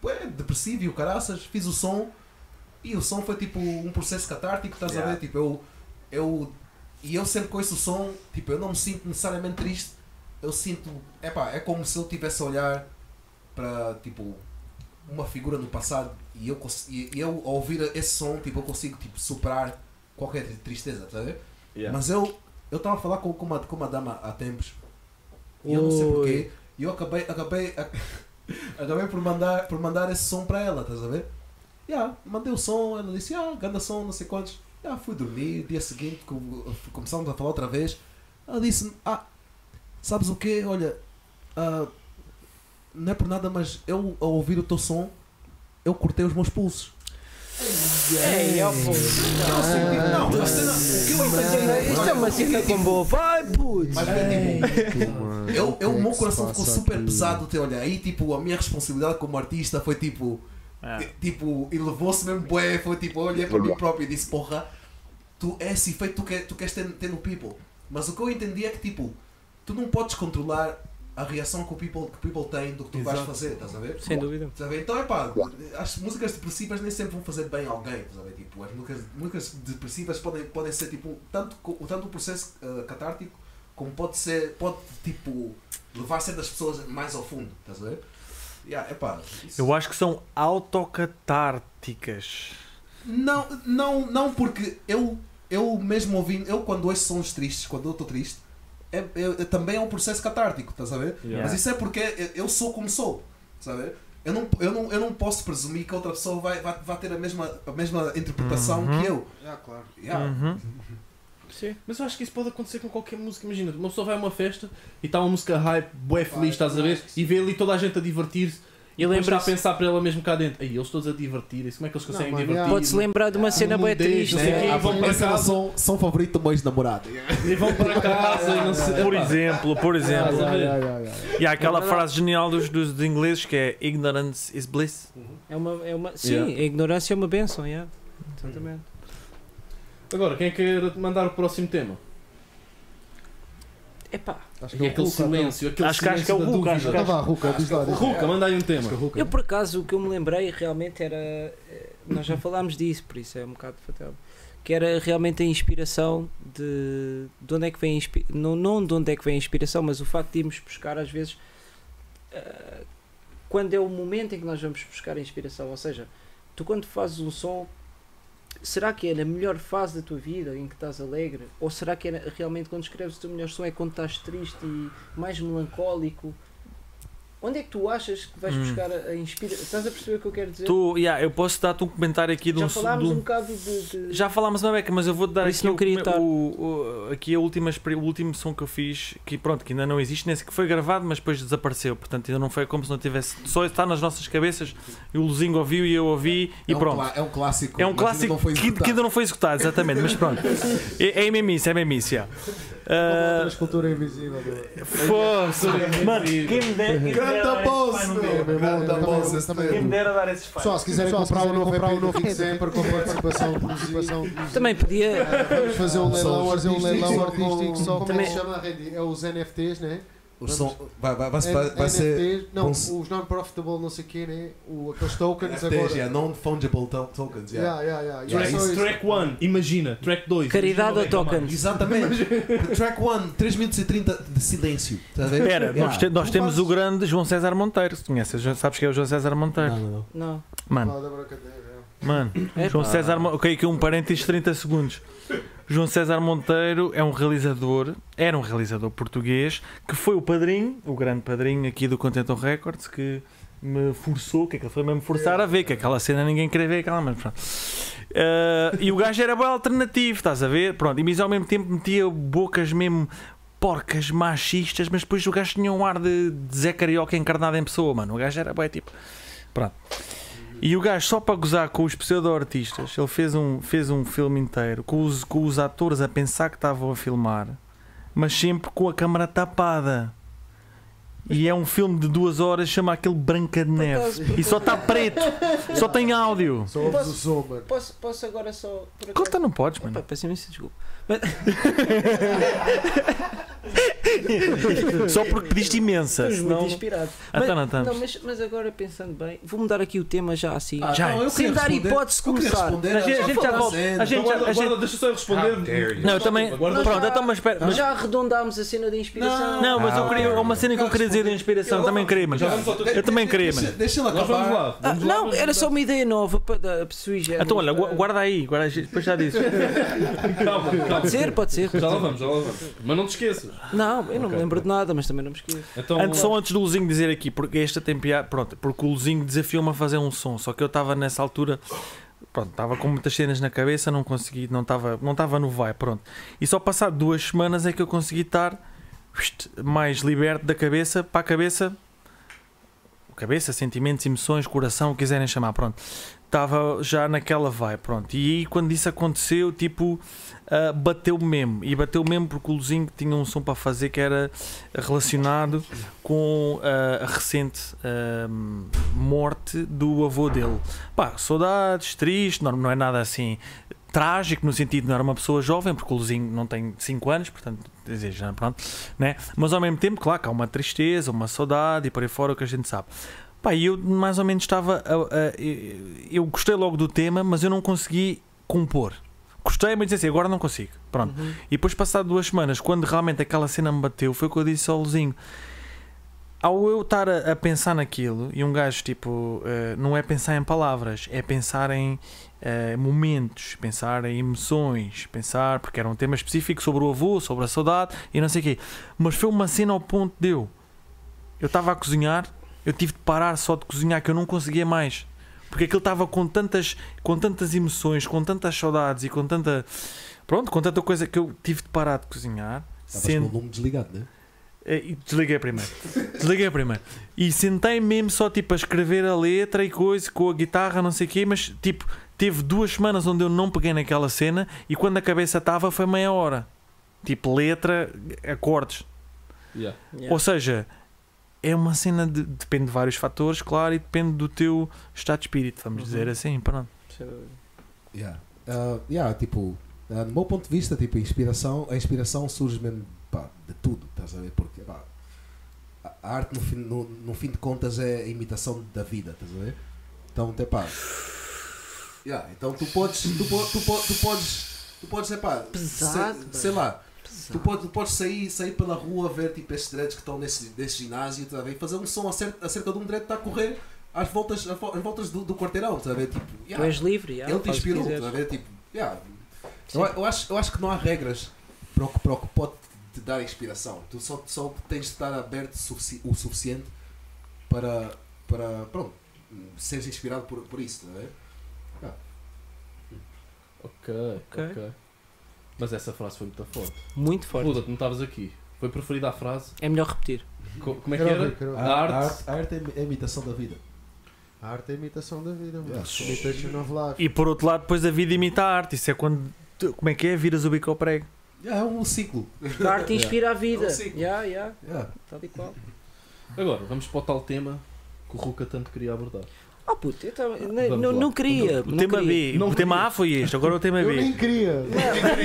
S5: bué depressivo e o caraças fiz o som e o som foi tipo um processo catártico estás a
S10: Yeah.
S5: ver tipo eu eu e eu sempre com esse som tipo eu não me sinto necessariamente triste eu sinto epá, é como se eu tivesse a olhar para tipo uma figura no passado e eu, cons- e e eu ao ouvir esse som, tipo, eu consigo tipo, superar qualquer tri- tristeza, tá a ver?
S1: Yeah.
S5: Mas eu eu estava a falar com, com, uma, com uma dama há tempos e eu não sei
S4: Oi.
S5: porquê e eu acabei, acabei, a- acabei por, mandar, por mandar esse som para ela, estás a ver? Yeah, mandei o som, ela disse, ah, ganda som, não sei quantos. Yeah, fui dormir, dia seguinte com- começámos a falar outra vez. Ela disse, ah, sabes o quê? Olha, ah, não é por nada, mas eu ao ouvir o teu som, eu cortei os meus pulsos.
S4: Ei, ó, É, pô.
S5: Não, assim, não, a cena- o que eu entendi é-
S4: Ah. Isto é uma cena com boa vibe, putz.
S5: Mas é tipo,
S6: Uhum.
S5: eu, eu, o meu coração ficou super
S9: aqui?
S5: pesado até olhar. Aí, tipo, a minha responsabilidade como artista foi tipo,
S2: Ah.
S5: ti- tipo, elevou-se mesmo, bué. Foi tipo, eu olhei para mim próprio e disse, porra, tu é esse efeito que tu, quer, tu queres ter, ter no people. Mas o que eu entendi é que, tipo, tu não podes controlar a reação que o people, que o people tem do que tu vais
S1: Exato.
S5: fazer, estás a ver?
S4: Sem dúvida.
S5: Estás a ver? Então é pá, as músicas depressivas nem sempre vão fazer bem a alguém, estás a ver? Tipo, as músicas, músicas depressivas podem, podem ser tipo, tanto, co- tanto um processo ah, catártico como pode ser, pode tipo, levar certas pessoas mais ao fundo, estás a ver? Yeah, é pá, isso-
S2: Eu acho que são autocatárticas.
S5: Não, não, não, porque eu, eu mesmo ouvindo, eu quando ouço sons tristes, quando eu estou triste, é, é- é- também é um processo catártico, estás a ver?
S1: Yeah.
S5: Mas isso é porque eu- eu sou como sou, estás a ver? Eu não, eu não, eu não posso presumir que outra pessoa vai, vai, vai ter a mesma, a mesma interpretação que eu.
S6: Ah, claro.
S5: Yeah.
S2: Uhum.
S4: Sim.
S1: Mas eu acho que isso pode acontecer com qualquer música. Imagina, uma pessoa vai a uma festa e está uma música hype, bué feliz, estás a ver? E vê ali toda a gente a divertir-se. E
S4: E
S1: depois está a
S4: lembra-se-
S1: pensar para ela mesmo cá dentro. Aí eles todos a divertirem-se. Como é que eles conseguem
S6: mano,
S1: divertir?
S4: Pode-se lembrar de uma cena
S1: Um
S4: bem
S1: deles,
S4: triste.
S1: não sei
S4: né?
S1: quem,
S5: Ah,
S1: vão para
S5: esse é o
S1: casa.
S5: som, som favorito É do meu ex-namorado.
S1: E vão para casa e não sei.
S2: Por
S1: Epá,
S2: exemplo, por
S9: é,
S2: exemplo.
S1: estás a ver?
S2: E há aquela frase genial dos, dos, dos ingleses que é Ignorance is bliss.
S4: É uma, é uma, sim,
S1: Yeah.
S4: a ignorância é uma benção, yeah. Exatamente.
S1: Agora, quem é quer mandar o próximo tema?
S4: Epá,
S1: Acho que é aquele silêncio, aquele
S2: Acho que- acho que é o
S1: silêncio da
S2: Hulk, acho
S1: dúvida.
S9: Ah, vá, Ruca, diz lá. diz lá. é
S1: Ruca, manda aí um tema.
S6: é?
S4: eu por acaso o que eu me lembrei realmente era. eh, Nós já falámos disso, por isso é um bocado fatal. Que era realmente a inspiração de. De onde é que vem a inspi- não, não de onde é que vem a inspiração, mas o facto de irmos buscar às vezes. eh, quando é o momento em que nós vamos buscar a inspiração, ou seja, tu quando fazes um som, será que é na melhor fase da tua vida em que estás alegre? Ou será que é na- realmente quando escreves o teu melhor som é quando estás triste e mais melancólico? Onde é que tu achas que vais
S2: Hum.
S4: buscar a, a inspiração? Estás a perceber o que eu quero dizer?
S2: Tu, yeah, eu posso dar-te um comentário aqui de um.
S4: Já
S2: su-
S4: falámos
S2: de
S4: um
S2: um-
S4: bocado de. de...
S2: Já falámos uma beca, mas eu vou-te dar
S4: Por isso
S2: aqui,
S4: não
S2: o,
S4: queria
S2: come-
S4: estar.
S2: o- o- aqui a última, experi- o último som que eu fiz, que pronto, que ainda não existe, nem sequer foi gravado, mas depois desapareceu. Portanto, ainda não foi como se não tivesse. Só está nas nossas cabeças, e o Luzinho ouviu e eu ouvi, e
S5: é um
S2: pronto.
S5: cla- é um clássico.
S2: É
S5: mas
S2: um
S5: ainda
S2: clássico
S5: não foi
S2: que, que
S5: executado.
S2: ainda não foi executado, exatamente, mas pronto. É, é mesmo isso, é mesmo isso, yeah. Ah,
S9: Mas cultura invisível. meu.
S2: Força! Mano, quem me dera. quem me dera dar
S5: Grande
S2: esse
S5: pose,
S2: pai no
S5: meu.
S2: dedo.
S5: Grande
S9: Também,
S5: pose, também. é
S2: Quem me dera dar esses fãs.
S9: Pessoal, se quiserem comprar o novo EP do Rick Zamper com participação, participação
S4: Também podia.
S9: Vamos fazer um leilão
S5: Só os
S9: artístico, um leilão
S5: artísticos,
S9: artístico só
S6: Como é que
S9: com...
S6: se chama, Randy? É os NFTs, né?
S5: O
S6: Vamos.
S5: som vai, vai, vai,
S6: N-
S5: vai, vai ser.
S6: NFTs, não,
S5: vão se-
S6: os non-profitable não sei quê, né? O, aqueles tokens
S5: NFTs,
S6: agora.
S5: yeah, non-fungible to- tokens. Yeah.
S6: Yeah, yeah, yeah.
S5: Yeah,
S6: Só isso.
S1: Track 1, imagina. Track 2.
S10: Caridade a tokens.
S5: Exatamente. Track 1, 3 minutos e 30 de silêncio. Estás a ver?
S2: Espera,
S5: Yeah.
S2: nós, te- nós
S5: Tu
S2: temos o
S5: fazes-
S2: grande João César Monteiro. Se conheces, já sabes que é o João César Monteiro.
S5: Não, não, não.
S4: Não.
S2: Mano,
S6: Lá Ah, da brincadeira, yeah.
S2: mano.
S4: É
S2: João
S4: pá.
S2: César Monteiro. Ok, aqui um parênteses 30 segundos. João César Monteiro é um realizador, era um realizador português, que foi o padrinho, o grande padrinho aqui do Contenton Records, que me forçou, que aquilo foi mesmo forçar a ver, que aquela cena ninguém queria ver, aquela mas pronto. Ah, e o gajo era bem alternativo, estás a ver? Pronto, e mas ao mesmo tempo metia bocas mesmo porcas, machistas, mas depois o gajo tinha um ar de, de Zé Carioca encarnado em pessoa, mano. O gajo era bem tipo. Pronto. E o gajo, só para gozar com os pseudo-artistas, ele fez um, fez um filme inteiro com os, com os atores a pensar que estavam a filmar, mas sempre com a câmara tapada. E é um filme de duas horas, chama aquele Branca de Neve. E só está preto, só tem áudio.
S6: Só ouves o som, mano.
S4: Posso, posso agora só. Por acaso-
S2: Conta, não podes,
S4: Epá,
S2: mano.
S4: peço imensa desculpa.
S2: Só porque pediste imensa.
S4: Estamos muito
S2: Senão...
S4: inspirados.
S2: Ah,
S4: Mas-
S2: tá, não estamos.
S4: Não, mas, mas agora pensando bem, vou mudar aqui o tema já assim.
S5: Ah,
S2: Já.
S5: não, eu
S4: Sem
S5: queria
S4: dar
S5: responder-
S4: hipótese de
S5: eu queria
S4: começar.
S5: responder
S2: A
S5: às-
S2: gente- a
S5: às
S2: gente já
S5: cenas.
S2: volta. A gente é já.
S1: Guarda,
S2: a
S1: guarda,
S2: gente-
S1: Então, deixa só eu
S8: How
S1: responder.
S8: dare you.
S2: Não, eu também.
S1: Guarda-
S2: Pronto, então, mas espera.
S4: Já arredondámos a cena da inspiração.
S2: Não, mas eu
S8: Ah,
S2: queria.
S8: ok.
S2: Há uma cena que eu queria dizer da inspiração, também queria, mano.
S1: Já vamos ao
S2: Eu também queria,
S5: Deixa-
S2: mano.
S5: Deixa ele
S1: Nós vamos
S5: acabar.
S1: lá.
S4: Ah,
S1: vamos lá,
S4: não,
S1: vamos
S4: era
S1: lá.
S4: sui só uma ideia nova para dar sui generis, eh,
S2: Então, olha, gu-
S4: para-
S2: guarda aí, guarda aí, depois já disse.
S1: Calma, calma.
S4: Pode ser, pode ser.
S1: Já lá vamos, já lá vamos. Mas não te esqueças.
S4: Não, eu não me
S1: Ok.
S4: lembro de nada, mas também não me esqueço.
S1: Então,
S2: Antes, só antes do Luzinho dizer aqui, porque esta tem piada. Pronto, porque o Luzinho desafiou-me a fazer um som, só que eu estava nessa altura. Pronto, estava com muitas cenas na cabeça, não consegui, não estava não estava no vai, pronto. E só passado duas semanas é que eu consegui estar pst, mais liberto da cabeça para a cabeça. Cabeça, sentimentos, emoções, coração, o que quiserem chamar, pronto. Estava já naquela vai, pronto. E aí quando isso aconteceu, tipo, ah, bateu mesmo. E bateu mesmo porque o Luzinho tinha um som para fazer que era relacionado com ah, a recente ahm, morte do avô dele. Pá, saudades, triste, não, não é nada assim trágico no sentido de não era uma pessoa jovem, porque o Luzinho não tem 5 anos, portanto, quer dizer, já pronto, né? Mas ao mesmo tempo, claro, que há uma tristeza, uma saudade e por aí fora o que a gente sabe. Pá, e eu mais ou menos estava. a- a- eu- eu gostei logo do tema, mas eu não consegui compor. Gostei, mas disse assim, agora não consigo. Pronto.
S4: Uhum.
S2: E depois, passado duas semanas, quando realmente aquela cena me bateu, foi o que eu disse ao Luzinho. Ao eu estar a, a pensar naquilo, e um gajo, tipo, eh, não é pensar em palavras, é pensar em eh, momentos, pensar em emoções, pensar, porque era um tema específico sobre o avô, sobre a saudade e não sei o quê. Mas foi uma cena ao ponto de eu. Eu estava a cozinhar, eu tive de parar só de cozinhar, que eu não conseguia mais. Porque aquilo estava com tantas, com tantas emoções, com tantas saudades e com tanta. Pronto, com tanta coisa que eu tive de parar de cozinhar.
S5: Estavas com o lume desligado, né?
S2: Eh, e Desliguei primeiro. Desliguei primeiro. E sentei mesmo só tipo a escrever a letra e coisa com a guitarra, não sei o quê, mas tipo, teve duas semanas onde eu não peguei naquela cena e quando a cabeça estava foi meia hora. Tipo, letra, acordes.
S1: Yeah.
S2: Ou seja, é uma cena de. Depende de vários fatores, claro, e depende do teu estado de espírito, vamos dizer assim, pronto.
S5: Yeah. Ah, yeah, tipo, ah, do meu ponto de vista, tipo, inspiração, a inspiração surge mesmo pá, de tudo, estás a ver? Porque pá, a a arte, no fim, no, no fim de contas, é a imitação da vida, estás a ver? Então, até pá. Yeah, então tu podes, tu, po- tu, po- tu podes, tu podes, é pá,
S4: Pesado,
S5: sei,
S4: bro.
S5: sei lá. Tu podes, tu podes sair, sair pela rua, ver tipo estes dreads que estão nesse, nesse ginásio, tá a ver? E fazer um som acerca, acerca de um dread que está a correr às voltas, às vo- às voltas do, do quarteirão, estás a ver? Tipo,
S4: Tu
S5: yeah,
S4: és livre, já,
S5: ele te
S4: faz o que
S5: inspirou,
S4: quiseres.
S5: estás a ver? Tipo, yeah.
S4: Sim.
S5: eu, eu acho, eu acho que não há regras para o que, para o que pode te dar inspiração. Tu só, só tens de estar aberto sufici- o suficiente para, para pronto, seres inspirado por, por isso, é? estás a ver?
S1: Ok,
S4: Ok.
S1: ok, Mas essa frase foi muito forte.
S4: Muito forte.
S1: Puta, tu não estavas aqui. Foi preferida a frase.
S4: É melhor repetir.
S1: Co- como é que era?
S6: Quero ver, quero ver.
S1: A arte-
S5: a arte é a imitação da vida.
S6: A arte é a imitação da vida, mano.
S5: Yes.
S6: Imitation of life.
S2: E por outro lado, depois a vida imita a arte. Isso é quando. tu- Como é que é? Viras o bico ao prego.
S5: Yeah, é um ciclo.
S4: A arte inspira a vida.
S5: É um ciclo.
S4: Já, já,
S5: Yeah.
S4: tal e qual.
S1: Agora, vamos para o tal tema que o Ruka tanto queria abordar.
S4: Ah, puto, eu tava- ne-
S1: Vamos
S4: não,
S1: lá.
S4: não queria.
S2: O
S4: não
S2: tema
S4: queria.
S2: B.
S1: Não
S2: o tema A foi este, agora o tema
S9: Eu
S2: B.
S9: nem queria.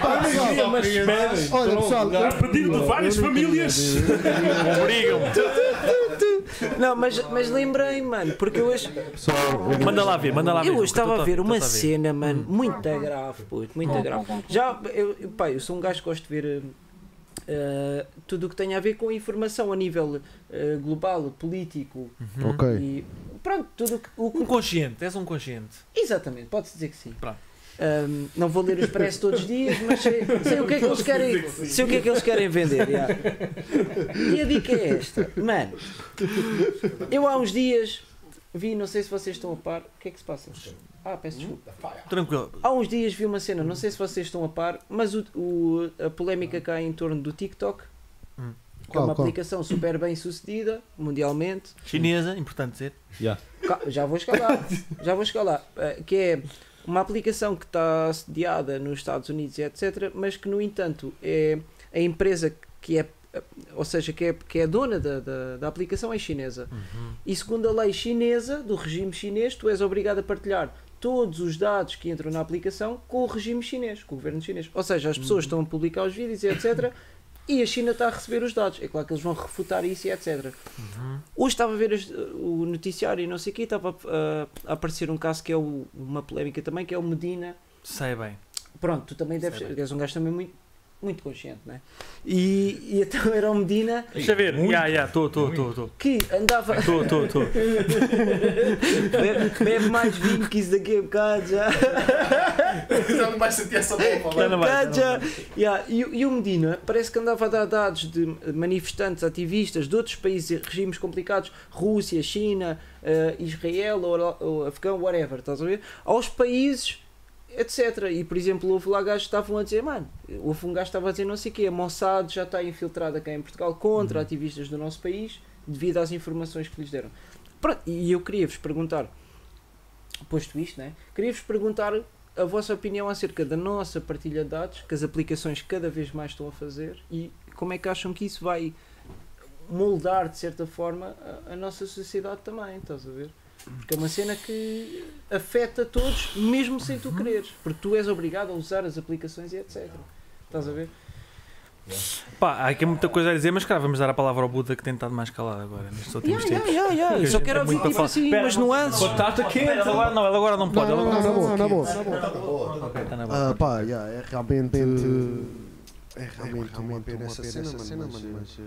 S1: Ah, Sim, mas esperem,
S9: Olha,
S1: pronto,
S9: pessoal,
S1: já-
S9: eu
S11: Pedido de várias famílias.
S2: Obrigam-me.
S4: Não, mas, mas lembrei, mano, porque eu hoje,
S2: Manda lá ver, manda lá ver.
S4: eu
S2: o que
S4: hoje
S2: tu
S4: estava
S2: tá-
S4: a ver
S2: tu
S4: uma
S2: tá
S4: cena, mano, muito grave, puto, muito
S2: Hum.
S4: grave. Já, eu, eu- pá, eu sou um gajo que gosto de ver hum, ah, tudo o que tem a ver com informação a nível ah, global, político
S9: Ok.
S4: e pronto, tudo o que- o
S2: Um
S4: que.
S2: consciente, és um consciente.
S4: Exatamente, pode-se dizer que sim.
S2: Pronto.
S4: Hum, não vou ler o expresso todos os dias, mas sei, sei o que é que eles querem, sei o que é que eles querem vender. já. E a dica é esta, mano. Eu há uns dias vi, não sei se vocês estão a par, o que é que se passa? Ah, peço desculpa.
S2: Tranquilo.
S4: Há uns dias vi uma cena, não sei se vocês estão a par, mas o, o- a polémica cá em torno do TikTok, que é
S9: Qual,
S4: uma
S9: qual?
S4: aplicação super bem sucedida mundialmente.
S2: Chinesa, importante dizer.
S4: Ca- Já vou chegar lá, já vou chegar lá. eh, Que é uma aplicação que está sediada nos Estados Unidos e etc., mas que, no entanto, é a empresa que é, eh, ou seja, que é, que é dona da, da, da aplicação é chinesa. E segundo a lei chinesa, do regime chinês, tu és obrigado a partilhar todos os dados que entram na aplicação com o regime chinês, com o governo chinês. Ou seja, as pessoas estão a publicar os vídeos e etc. E a China está a receber os dados. É claro que eles vão refutar isso e etc. Hoje estava a ver as- o noticiário e não sei o quê, estava ah, a aparecer um caso que é o- uma polémica também, que é o Medina.
S2: Sai bem.
S4: Pronto, tu também deves
S2: Sei
S4: ser, és um gajo também muito, muito consciente, não é? E, e então era o Medina
S2: Deixa ver. Ya, ya, estou, estou, estou, estou.
S4: que andava.
S2: Estou, estou, estou.
S4: Bebe, bebe mais vinho que isso daqui a bocado já.
S3: Já me vais sentir essa bola.
S2: Já não vai, já não
S4: Já- Yeah, E, o- e o Medina parece que andava a dar dados de manifestantes, ativistas de outros países, e regimes complicados, Rússia, China, eh, Israel, ou, ou Afegão, whatever, estás a ver? Aos países, etc. E por exemplo, houve lá gajos que estavam a dizer, mano, houve um gajo que estava a dizer não sei o quê, a Mossad já está infiltrada cá em Portugal contra ativistas do nosso país devido às informações que lhes deram. Pronto, e eu queria vos perguntar, posto isto, né? queria vos perguntar a vossa opinião acerca da nossa partilha de dados, que as aplicações cada vez mais estão a fazer, e como é que acham que isso vai moldar, de certa forma, a, a nossa sociedade também, estás a ver? Porque é uma cena que afeta todos, mesmo sem tu quereres, porque tu és obrigado a usar as aplicações e etc. Estás a ver?
S2: Pá, há aqui muita coisa a dizer, mas cara, vamos dar a palavra ao Buda que tem estado mais calado agora nestes últimos
S4: Yeah, yeah, yeah,
S2: tempos.
S4: yeah.
S2: Porque
S4: Eu só
S2: a gente
S4: quero
S2: tem
S4: ouvir
S2: muito
S4: tipo
S2: para
S4: assim,
S2: falar.
S4: umas
S2: Espera,
S4: nuances.
S1: Batata
S2: Ela
S1: quente!
S2: agora não, ela agora não
S9: Não,
S2: pode.
S9: não,
S2: ela
S9: não,
S2: agora
S9: na boa, na boa.
S2: Ok, tá na boa.
S7: Ah, pá, já, é realmente.
S6: É realmente uma pena essa cena, mano. mas, eh,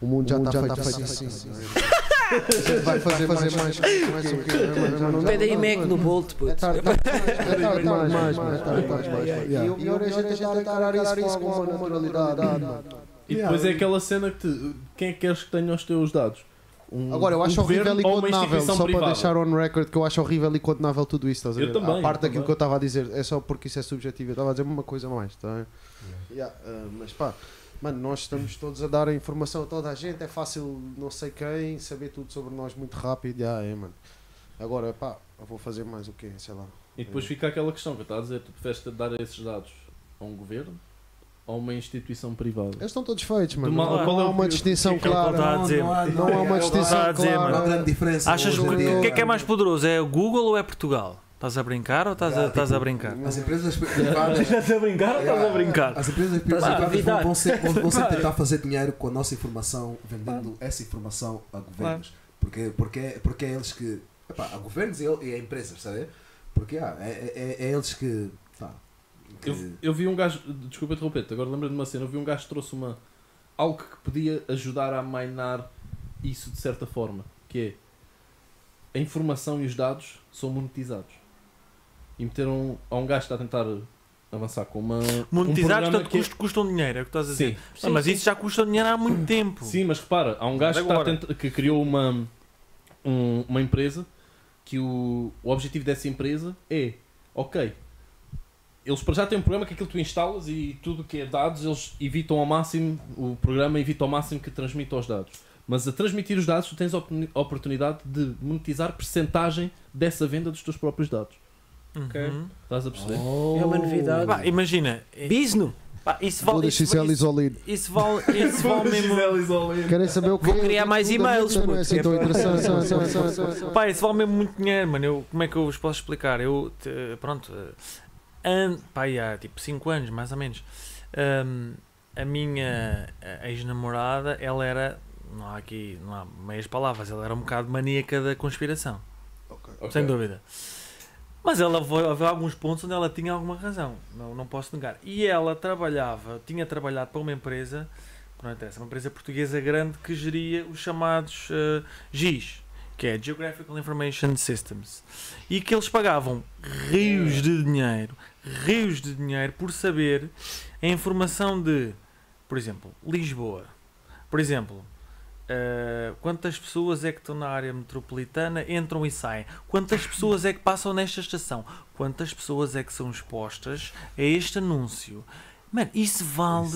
S7: O mundo já
S6: o mundo
S7: está
S6: já
S7: feito
S6: tá
S7: assim.
S6: feito assim, eh, Vai fazer mais, mais, mais o quê?
S4: Pede aí Mac no Bolt,
S9: É
S4: puto.
S9: tarde, tarde, é tarde,
S7: Mais, mais,
S9: mais,
S7: mais,
S9: mais,
S7: mais,
S9: tarde,
S7: mais,
S9: mais,
S7: mais.
S9: E o melhor é a gente encarar isso com alguma naturalidade, mano.
S1: E depois é aquela cena que te, quem é que queres que tenha os teus dados? Um-
S9: Agora, eu acho
S1: um
S9: horrível
S1: governo
S9: e
S1: ou uma
S9: condenável,
S1: instituição
S9: só para
S1: privada?
S9: deixar on record que eu acho horrível e condenável tudo isso, estás a
S1: Eu
S9: ver?
S1: também,
S9: a parte
S1: eu
S9: daquilo
S1: também.
S9: que eu estava a dizer, é só porque isso é subjetivo, eu estava a dizer uma coisa a mais, está bem? Yeah, uh, mas pá, mano, nós estamos todos a dar a informação a toda a gente, é fácil não sei quem saber tudo sobre nós muito rápido, yeah, é, mano. Agora, pá, eu vou fazer mais o quê, sei lá.
S1: E depois
S2: É.
S1: fica aquela questão que eu estava a dizer: tu preferes dar esses dados a um governo ou a uma instituição privada?
S9: Eles estão todos feitos, mano.
S1: Do mal-
S9: não,
S1: qual é
S9: há
S1: o
S9: uma
S1: que-
S9: distinção
S2: que é que ele
S9: clara.
S2: está a dizer?
S9: Não há uma distinção
S2: a dizer,
S9: clara.
S5: Não há grande diferença.
S2: Achas que
S5: hoje em
S2: o
S5: dia.
S2: que é que é mais poderoso? É o Google ou é Portugal? Estás a brincar ou estás a, estás a brincar?
S5: As empresas privadas.
S2: Estás a brincar ou estás a brincar?
S5: As empresas
S4: a
S5: privadas
S4: duvidar.
S5: vão, vão sempre, vão- vão sempre tentar fazer dinheiro com a nossa informação, vendendo essa informação a governos. Porque, porque, porque é eles que. Epá, a governos e, e a empresas, sabe? Porque ah, é, é, é eles que. pá, que-
S1: Eu, eu vi um gajo, desculpa interromper-te, agora lembro de uma cena. Eu vi um gajo que trouxe uma, algo que podia ajudar a mainar isso de certa forma: que é a informação e os dados são monetizados. E meteram a um gajo que está a tentar avançar com uma.
S2: Monetizar,
S1: um programa
S2: portanto,
S1: que é-
S2: custa, custam dinheiro, é o que estás a dizer.
S1: Sim,
S2: Ah, mas isso já custa dinheiro há muito tempo.
S1: Sim, mas repara, há um gajo que, está a
S2: Agora.
S1: tentar- que criou uma, um- uma empresa que o, o objetivo dessa empresa é, ok, eles para já têm um programa que aquilo tu instalas e tudo que é dados eles evitam ao máximo, o programa evita ao máximo que transmita os dados. Mas a transmitir os dados tu tens a opor- a oportunidade de monetizar percentagem dessa venda dos teus próprios dados.
S2: Uhum.
S1: Estás a perceber?
S4: É uma novidade.
S2: Pá, imagina,
S4: Bisno!
S12: Pá, isso
S9: Vou
S12: vale.
S9: da
S12: Isso,
S9: XL
S12: isso,
S9: isolido.
S12: isso vale, isso vale mesmo.
S9: Querem saber o que
S12: Vou criar mais e-mails.
S9: Não é
S12: puto.
S9: assim tão interessante.
S2: Pá, isso vale mesmo muito dinheiro, mano. Eu, como é que eu vos posso explicar? Eu, te- pronto, eh, an, pá, aí há tipo 5 anos, mais ou menos, ahm, a minha eh, ex-namorada, ela era, não há aqui, não há meias palavras, ela era um bocado maníaca da conspiração.
S12: Ok.
S2: Sem dúvida. Mas ela foi- havia alguns pontos onde ela tinha alguma razão, não, não posso negar. E ela trabalhava, tinha trabalhado para uma empresa, que não interessa, uma empresa portuguesa grande que geria os chamados eh, GIS, que é Geographical Information Systems, e que eles pagavam rios de dinheiro, rios de dinheiro por saber a informação de, por exemplo, Lisboa. Por exemplo, eh, quantas pessoas é que estão na área metropolitana, entram e saem? Quantas pessoas é que passam nesta estação? Quantas pessoas é que são expostas a este anúncio? Mano, isso vale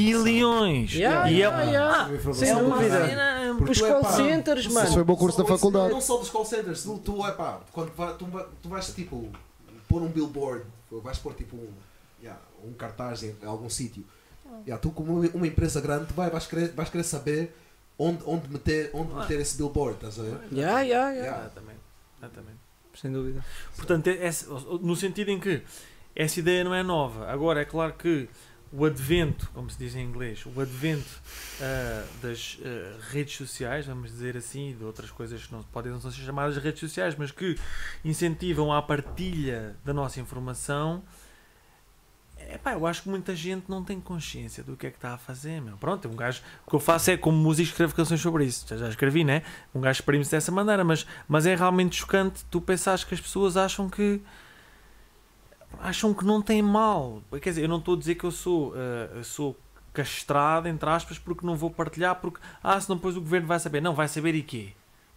S2: bilhões.
S4: Yeah,
S2: e
S4: yeah,
S2: é,
S4: yeah.
S2: Ah,
S4: Sem
S2: é uma
S4: dúvida.
S2: cena-
S4: Porque Os tu é call pá, centers,
S5: Não só-
S4: mano.
S9: Isso foi o meu curso
S5: só
S9: da
S5: isso,
S9: faculdade.
S5: Não só dos call centers, tu, tu é pá, quando va- tu, va- tu vais tipo pôr um billboard, vais pôr tipo um, yeah, um cartaz em algum sítio. Yeah, tu como uma empresa grande, tu vai, vais, querer, vais querer saber onde, onde, meter, onde meter esse billboard, estás a ver?
S4: Yeah, yeah, yeah.
S2: Exatamente. Exatamente.
S4: Sem dúvida.
S2: Portanto, é- essa- no sentido em que essa ideia não é nova. Agora, é claro que o advento, como se diz em inglês, o advento ah, das ah, redes sociais, vamos dizer assim, e de outras coisas que não podem não ser chamadas redes sociais, mas que incentivam a partilha da nossa informação. Epá, eu acho que muita gente não tem consciência do que é que está a fazer, meu. Pronto, um gajo. O que eu faço é, como músico, escrevo canções sobre isso. Já, já escrevi, né? Um gajo exprime-se dessa maneira, mas, mas é realmente chocante tu pensares que as pessoas acham que. acham que não tem mal. Quer dizer, eu não estou a dizer que eu sou. eh, eu sou castrado, entre aspas, porque não vou partilhar, porque. Ah, senão depois o governo vai saber. Não, vai saber e quê?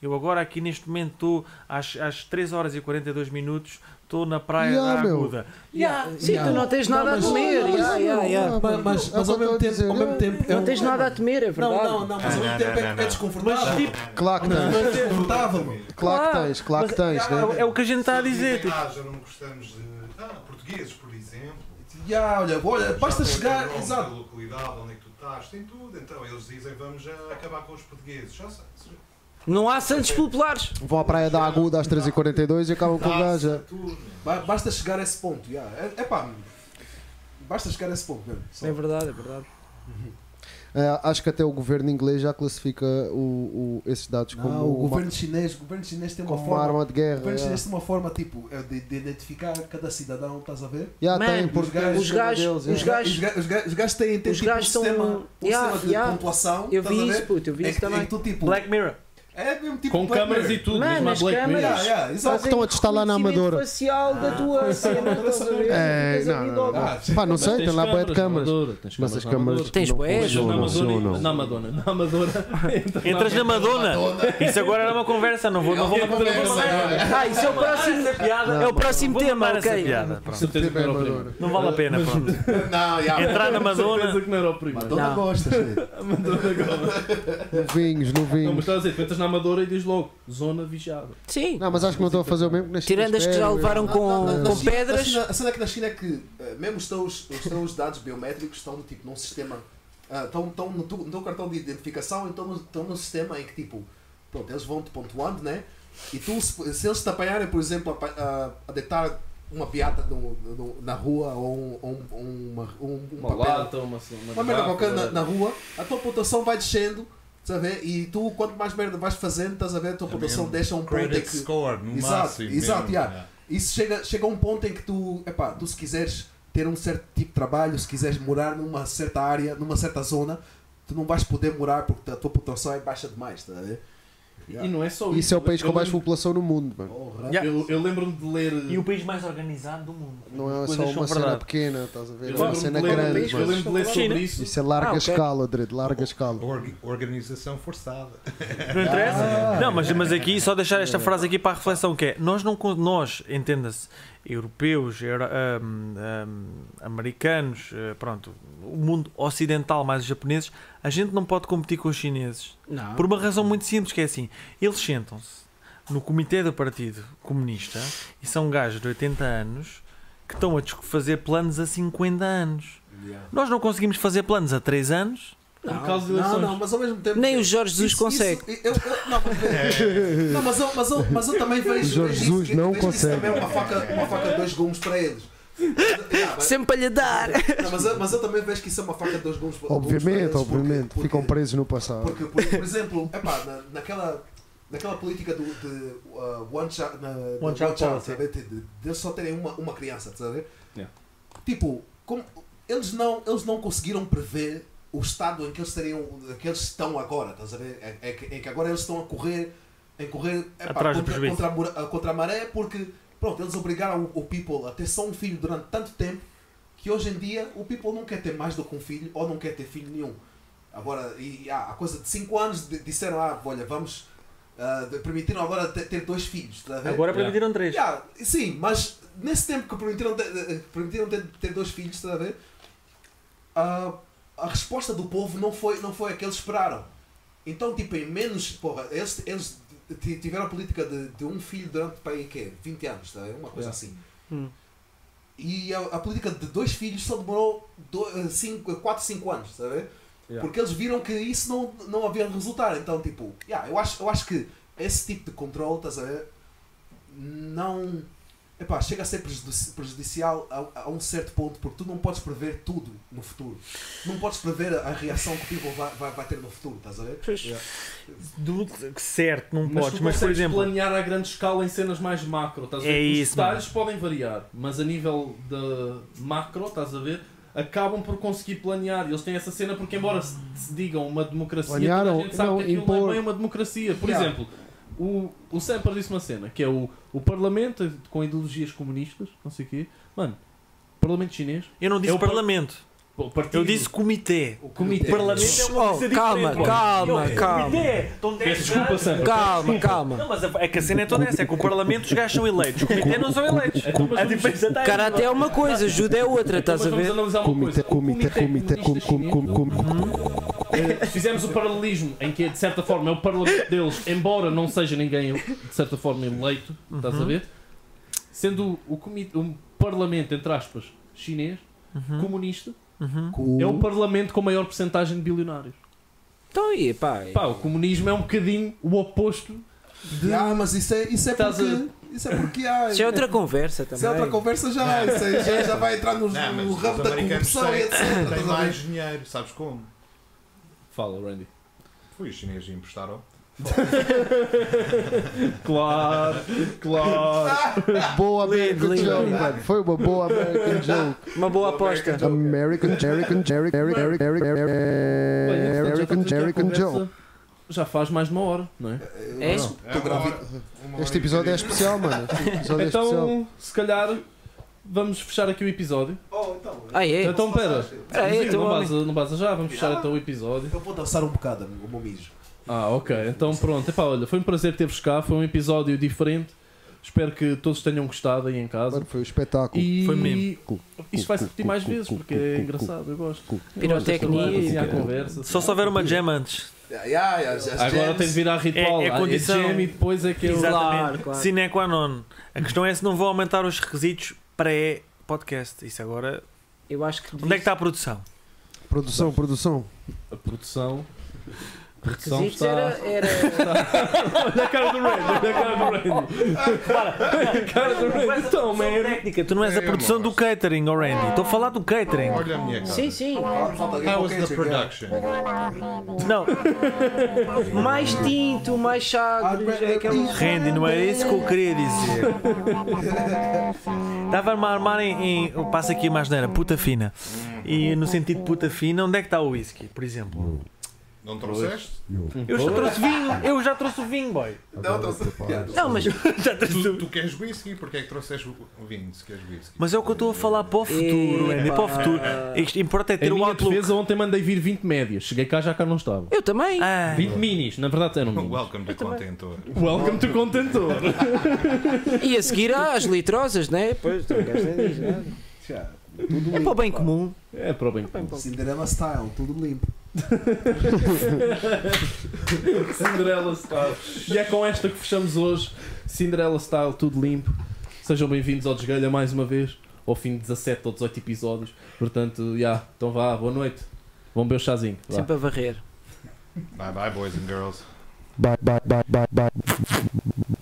S2: Eu agora aqui neste momento estou às, às 3 horas e 42 minutos, estou na praia
S9: Yeah,
S2: da
S9: meu.
S2: Aguda.
S4: Yeah. Sim, tu não tens nada a
S5: mas-
S4: temer.
S5: não,
S4: yeah,
S5: mas-
S4: yeah,
S5: não,
S4: yeah.
S5: não, mas- mas- mas ao mesmo tempo- ao mesmo tempo é
S4: Não
S5: um-
S4: tens nada a temer, é verdade.
S5: Não, não, não, mas ao mesmo tempo é- é desconfortável.
S2: Mas, tipo,
S9: Claro que tens.
S5: É desconfortável, mano.
S9: Claro que tens, claro que
S2: Mas
S9: tens.
S2: é-
S9: né?
S2: É o que a gente
S5: Tá
S2: está a dizer. tipo,
S8: Ah, já não gostamos de ah, portugueses, por exemplo.
S5: Yeah, olha, olha,
S8: Já
S5: basta
S8: tem
S5: chegar.
S8: nome,
S5: Exato.
S8: tem localidade, onde é que tu estás, tem tudo. Então eles dizem vamos ah, acabar com os portugueses. Já sei.
S4: Não há santos populares.
S9: Vão à Praia da Aguda às 3h42 e acabam com o gajo.
S5: Ba- Basta chegar a esse ponto. Yeah. É, é pá, basta chegar a esse ponto mesmo. só.
S4: É verdade, é verdade.
S9: Ah, Acho que até o governo inglês já classifica o, o- esses dados
S5: Não,
S9: como
S5: o
S9: uma-
S5: governo chinês, o governo chinês tem uma
S9: Como uma
S5: forma
S9: arma de guerra,
S5: O governo
S9: é.
S5: chinês tem uma forma tipo é de, de identificar cada cidadão, estás a ver?
S9: Já
S4: Man,
S9: tem,
S5: Os
S9: porque
S5: gajos-
S4: Os gajos, é.
S5: Os
S4: os
S5: gajos, os
S4: gajos,
S5: ga- os ga- os gajos têm, têm
S4: os
S5: tipo, um
S4: gajos são.
S5: sistema, um
S4: yeah,
S5: sistema de
S4: yeah.
S5: pontuação.
S4: Eu
S5: estás a
S4: vi
S5: ver?
S4: isso, puto, eu vi
S5: É
S4: isso
S5: que- é
S4: também.
S5: que tu, tipo,
S2: Black Mirror.
S5: é mesmo tipo
S1: Com
S5: Black
S1: câmaras
S5: Mirror.
S1: e tudo,
S4: Mano,
S1: mesmo a
S4: as
S1: Black Mirror.
S4: câmaras-
S5: Yeah, yeah,
S9: Só
S5: exato.
S9: que estão a testar lá na
S4: Reconhecimento
S9: Amadora.
S4: facial da tua cena, estás a ver?
S9: Ah. É,
S4: Ficas
S9: não,
S4: ali
S9: não,
S4: logo.
S9: não.
S5: Ah, sim.
S9: Pá, não sei,
S1: Tens
S9: tem lá boia de
S1: câmaras na
S9: câmaras.
S1: Amadora, tens
S9: Mas as
S1: na
S9: câmaras.
S1: Amadora.
S4: Tens
S9: não
S4: bué,
S1: Entras É, na
S9: funcionam,
S1: Amadora,
S9: funcionam.
S1: na Amadora, na Amadora. Entras na
S2: Entras na Madonna. Isso agora era uma conversa, não vou, não vou, não vou, não vou
S4: Ah, isso é o próximo.
S2: piada.
S9: É o
S4: próximo
S2: Vou
S4: tema,
S2: matar essa
S4: ok.
S2: piada, pronto.
S1: Certeza que não era o primeiro.
S2: Não vale a pena, pronto.
S5: Ah,
S3: Não, já.
S2: Entrar na
S1: Certeza
S2: Madonna.
S1: que não era o primeiro.
S5: Dona
S4: Não.
S5: gostas, né?
S1: Madonna agora.
S9: Novinhos,
S1: Não, mas
S9: novinhos.
S1: estás a dizer, tu entras na Amadora e diz logo, zona vigiada.
S4: Sim.
S9: Não, mas acho que não estão a fazer o mesmo que nas
S4: Tirando as que já levaram
S5: Ah, Não, na-
S4: com,
S5: na
S4: com
S5: China- na
S4: pedras.
S5: China- a cena aqui na China é que eh, mesmo os teus, os teus dados biométricos estão no tipo num sistema. ah, estão, estão no, teu, no teu cartão de identificação, então no- estão num sistema em que tipo. Pronto, eles vão te pontuando, né? E tu, se, se eles te apanharem, por exemplo, a, a, a deitar uma piada no- no- na rua ou um, ou um- ou uma, um, um
S1: Uma
S5: papel
S1: lata, uma... né?
S5: uma merda qualquer na, na rua, a tua pontuação vai descendo, estás a ver? E tu, quanto mais merda vais fazendo, estás a ver? A tua pontuação
S8: mesmo.
S5: deixa um ponto em
S8: Credit
S5: que.
S8: score, no
S5: exato,
S8: máximo.
S5: exato,
S8: mesmo,
S5: yeah.
S8: yeah.
S5: Isso chega, chega a um ponto em que tu, epá, tu se quiseres ter um certo tipo de trabalho, se quiseres morar numa certa área, numa certa zona, tu não vais poder morar porque a tua pontuação é baixa demais, estás a ver?
S1: E não é só isso.
S9: Isso é o país com
S1: Eu
S9: mais
S1: lembro-
S9: população no mundo, mano.
S5: Porra.
S2: Yeah.
S1: Eu, eu lembro-me de ler.
S2: E o país mais organizado do mundo.
S9: Não é só
S2: Coisas são
S9: uma cena
S2: verdade.
S9: pequena, estás a
S1: Eu
S9: ver? É uma
S1: lembro-me
S9: cena
S1: de ler, um
S9: grande,
S1: eu
S9: mano.
S1: lembro de ler
S2: China.
S1: sobre isso.
S9: Isso é larga
S4: Ah, ok.
S9: escala, Dredd, larga escala.
S8: Org- organização forçada.
S2: Não interessa? Não, mas, mas aqui, só deixar esta frase aqui para a reflexão, que é, nós não, con- nós, entenda-se, europeus, euro- ahm, ahm, americanos, eh, pronto, o mundo ocidental mais os japoneses, a gente não pode competir com os chineses.
S4: Não.
S2: Por uma razão muito simples, que é assim, eles sentam-se no comitê do Partido Comunista e são gajos de 80 anos que estão a discu- fazer planos a 50 anos. Nós não conseguimos fazer planos há 3 anos.
S5: Não, não, não, mas ao mesmo tempo.
S2: Nem o Jorge Jesus
S5: Isso- isso-
S2: consegue.
S5: eu- eu- não, mas- não, mas eu, mas eu, mas eu também vejo.
S9: O Jorge
S5: vejo
S9: Jesus
S5: isso,
S9: não
S5: vejo Isso
S9: consegue.
S5: também é uma faca, uma faca de dois gumes para eles.
S12: Sempre para lhe dar.
S5: Não, mas, eu, mas eu também vejo que isso é uma faca de dois gumes gumes para eles,
S9: Obviamente,
S5: porque-
S9: obviamente. um Ficam presos no passado.
S5: Porque, por, por exemplo, epá, na, naquela, naquela política do, de uh, One Child, na, de
S6: One Child
S5: Child,
S6: Policy.
S5: sabe? De, de, de só terem uma, uma criança, sabe?
S1: Yeah.
S5: Tipo, como, eles, não, eles não conseguiram prever o estado em que eles, teriam, que eles estão agora, estás a ver? É, é que- em que agora eles estão a correr, em correr epá,
S2: Atrás do
S5: contra,
S2: prejuízo.
S5: contra, a, mura- ah, contra a maré porque, pronto, eles obrigaram o, o people a ter só um filho durante tanto tempo que hoje em dia o people não quer ter mais do que um filho ou não quer ter filho nenhum. Agora, e, e há a coisa de 5 anos de- disseram, ah, olha, vamos. ah, de- permitiram agora te- ter, dois filhos.
S1: É,
S5: está a ver?
S2: Agora permitiram três.
S5: Yeah, sim, mas nesse tempo que permitiram ter, eh, permitiram ter, ter dois filhos, está a ver? Ah, a resposta do povo não foi, não foi a que eles esperaram. Então, tipo, em menos. Porra, eles, eles t- tiveram a política de, de um filho durante para aí, quê? 20 anos, está a ver? Uma coisa
S6: Yeah.
S5: assim. E a, a política de dois filhos só demorou eh, 4, 5 anos, está a ver?
S6: Yeah.
S5: Porque eles viram que isso não, não havia resultado. Então, tipo, yeah, eu, acho, eu acho que esse tipo de controle, estás a ver? Não. Epá, chega a ser prejudici- prejudicial a, a um certo ponto, porque tu não podes prever tudo no futuro. Não podes prever a, a reação que o people vai, vai, vai ter no futuro, estás a ver? Yeah.
S2: Do, certo, não
S1: Mas
S2: podes,
S1: tu
S2: mas por
S1: consegues
S2: exemplo.
S1: planear a grande escala em cenas mais macro, estás a ver?
S2: É
S1: Os
S2: isso,
S1: detalhes podem variar, mas a nível de macro, estás a ver? Acabam por conseguir planear. Eles têm essa cena porque, embora se, se digam uma democracia, toda a
S9: Planearam,
S1: gente sabe
S9: não,
S1: que aquilo
S9: impor-
S1: é bem uma democracia. Por
S9: Yeah.
S1: exemplo, o, o Samper disse uma cena que é o, o parlamento com ideologias comunistas, não sei o quê. Mano, o parlamento chinês.
S2: Eu não disse
S1: é o par-
S2: parlamento.
S1: o partido-
S2: Eu disse comitê.
S1: O comitê.
S2: Parlamento é
S1: Oh,
S2: uma coisa
S1: calma,
S2: diferente, mano.
S1: calma,
S2: Eu-
S1: calma.
S2: Comitê. estão dez
S1: Peço desculpa,
S2: gajos.
S1: Sandra, Calma, peço desculpa. calma.
S2: Não, mas a, é que a cena é toda essa. É que o Parlamento os gajos são eleitos. O comitê não são eleitos.
S1: Então, mas
S2: A
S1: vamos-
S2: diferença está aí.
S12: Karate é uma coisa, judo é outra,
S1: Então,
S12: estás a
S1: mas
S12: ver?
S1: vamos analisar uma coisa.
S12: comitê, comitê,
S1: Eh, fizemos o paralelismo em que, de certa forma, é o parlamento deles, embora não seja ninguém, de certa forma, eleito, estás a
S2: Uhum.
S1: ver? Sendo o, comi- um parlamento, entre aspas, chinês,
S2: Uhum.
S1: comunista,
S12: Hum.
S2: Uhum.
S1: é
S5: ah,
S1: o parlamento com maior porcentagem de bilionários.
S12: Então, e pá,
S1: Pá, o comunismo é um bocadinho o oposto de.
S5: Ah, mas isso é, isso é
S1: Estás a-
S5: porque. Isso é porque há.
S12: Isso é outra conversa também.
S5: Isso é outra conversa já, isso aí já, já vai entrar nos,
S12: Não, mas
S5: no
S12: os
S5: ramo da
S12: americanos
S5: corrupção é e
S12: têm-
S5: etc.
S12: têm
S5: estás a ver?
S8: mais dinheiro, sabes como?
S1: Fala, Randy.
S8: Foi os chineses que emprestaram.
S1: Claro, claro.
S9: Boa
S1: Lindo,
S9: American
S1: lindo.
S9: joke, mano. Foi uma boa American joke.
S12: Uma boa aposta.
S9: American, American, Jerry, Eric, Eric, Eric,
S6: É,
S9: American, American joke.
S1: Já faz mais de uma hora, não é?
S9: É? Não,
S5: tô É uma gravi- hora-
S9: Este episódio é especial, mano. Este episódio é especial.
S1: Então, se calhar, vamos fechar aqui o episódio.
S5: oh,
S12: Ah, é?
S1: Então, pera.
S12: Pera aí, então,
S1: não,
S12: homem.
S1: vaza, não vaza já, vamos fechar então o episódio.
S5: Eu vou dançar um bocado, amigo, o meu mijo.
S1: Ah, ok. Então, pronto. Epá, olha, foi um prazer ter-vos cá. Foi um episódio diferente. Espero que todos tenham gostado aí em casa.
S9: foi um espetáculo.
S1: E...
S9: Foi mesmo.
S1: Isto vai se repetir mais vezes porque é engraçado. Eu gosto.
S2: Pirotecnia.
S1: Eu gosto desta coisa, assim, à conversa.
S2: Só se houver uma jam antes.
S1: Agora tem de virar ritual.
S2: É, é
S1: Ah,
S2: condição.
S1: jam e depois é que eu...
S2: Exatamente. Sine qua non. A questão é se não vão aumentar os requisitos pré-podcast. Isso agora.
S12: Eu acho que.
S2: Onde é que está a produção?
S9: Produção, produção.
S1: A produção. A produção
S2: Requisitos
S1: está.
S2: era- era-
S1: está- Olha a cara do Randy, olha a cara do Randy.
S12: Ah,
S1: Olha a cara do Randy. Então, man.
S2: Técnica, tu não
S1: é,
S2: és a produção do catering, oh Randy. Estou a falar do catering. Olha a minha
S12: Sim, sim.
S8: How was the production?
S2: Não.
S12: Mais tinto, mais chá. é aquela-
S2: Randy, não era isso que eu queria dizer. Estava a me armar em. em eu passo aqui mais neira, puta fina. E no sentido de puta fina, onde é que está o whisky, por exemplo?
S8: Não trouxeste?
S2: Eu já trouxe vinho, eu já trouxe o vinho, boy.
S5: Então,
S8: Não, trouxe.
S2: Não, mas-
S8: tu, tu queres whisky? Porque é que trouxeste o vinho se queres whisky?
S2: Mas é o que eu estou a falar para o futuro, Randy, para o futuro. Isto importa é ter
S1: Em
S2: o
S1: minha
S2: outlook.
S1: defesa, ontem mandei vir 20 médias. Cheguei cá, já cá não estava.
S12: Eu também.
S2: Ah, É.
S1: 20 minis, na verdade
S2: Um
S1: eram minis. Um
S8: Welcome to contentor.
S1: Welcome to contentor.
S2: É
S12: E a seguir às litrosas, né? Pois, tu não gastas nisso, né? É para o bem comum.
S1: É para o bem comum.
S5: Cinderella style, tudo limpo.
S1: Cinderella Style. E é com esta que fechamos hoje. Cinderella Style, tudo limpo. Sejam bem-vindos ao Desgalha mais uma vez. ao fim de 17 ou 18 episódios. Portanto, já, então vá, boa noite. Vão beber o chazinho. vá.
S12: Sempre a varrer.
S8: Bye bye, boys and girls.
S10: Bye, bye, bye, bye, bye.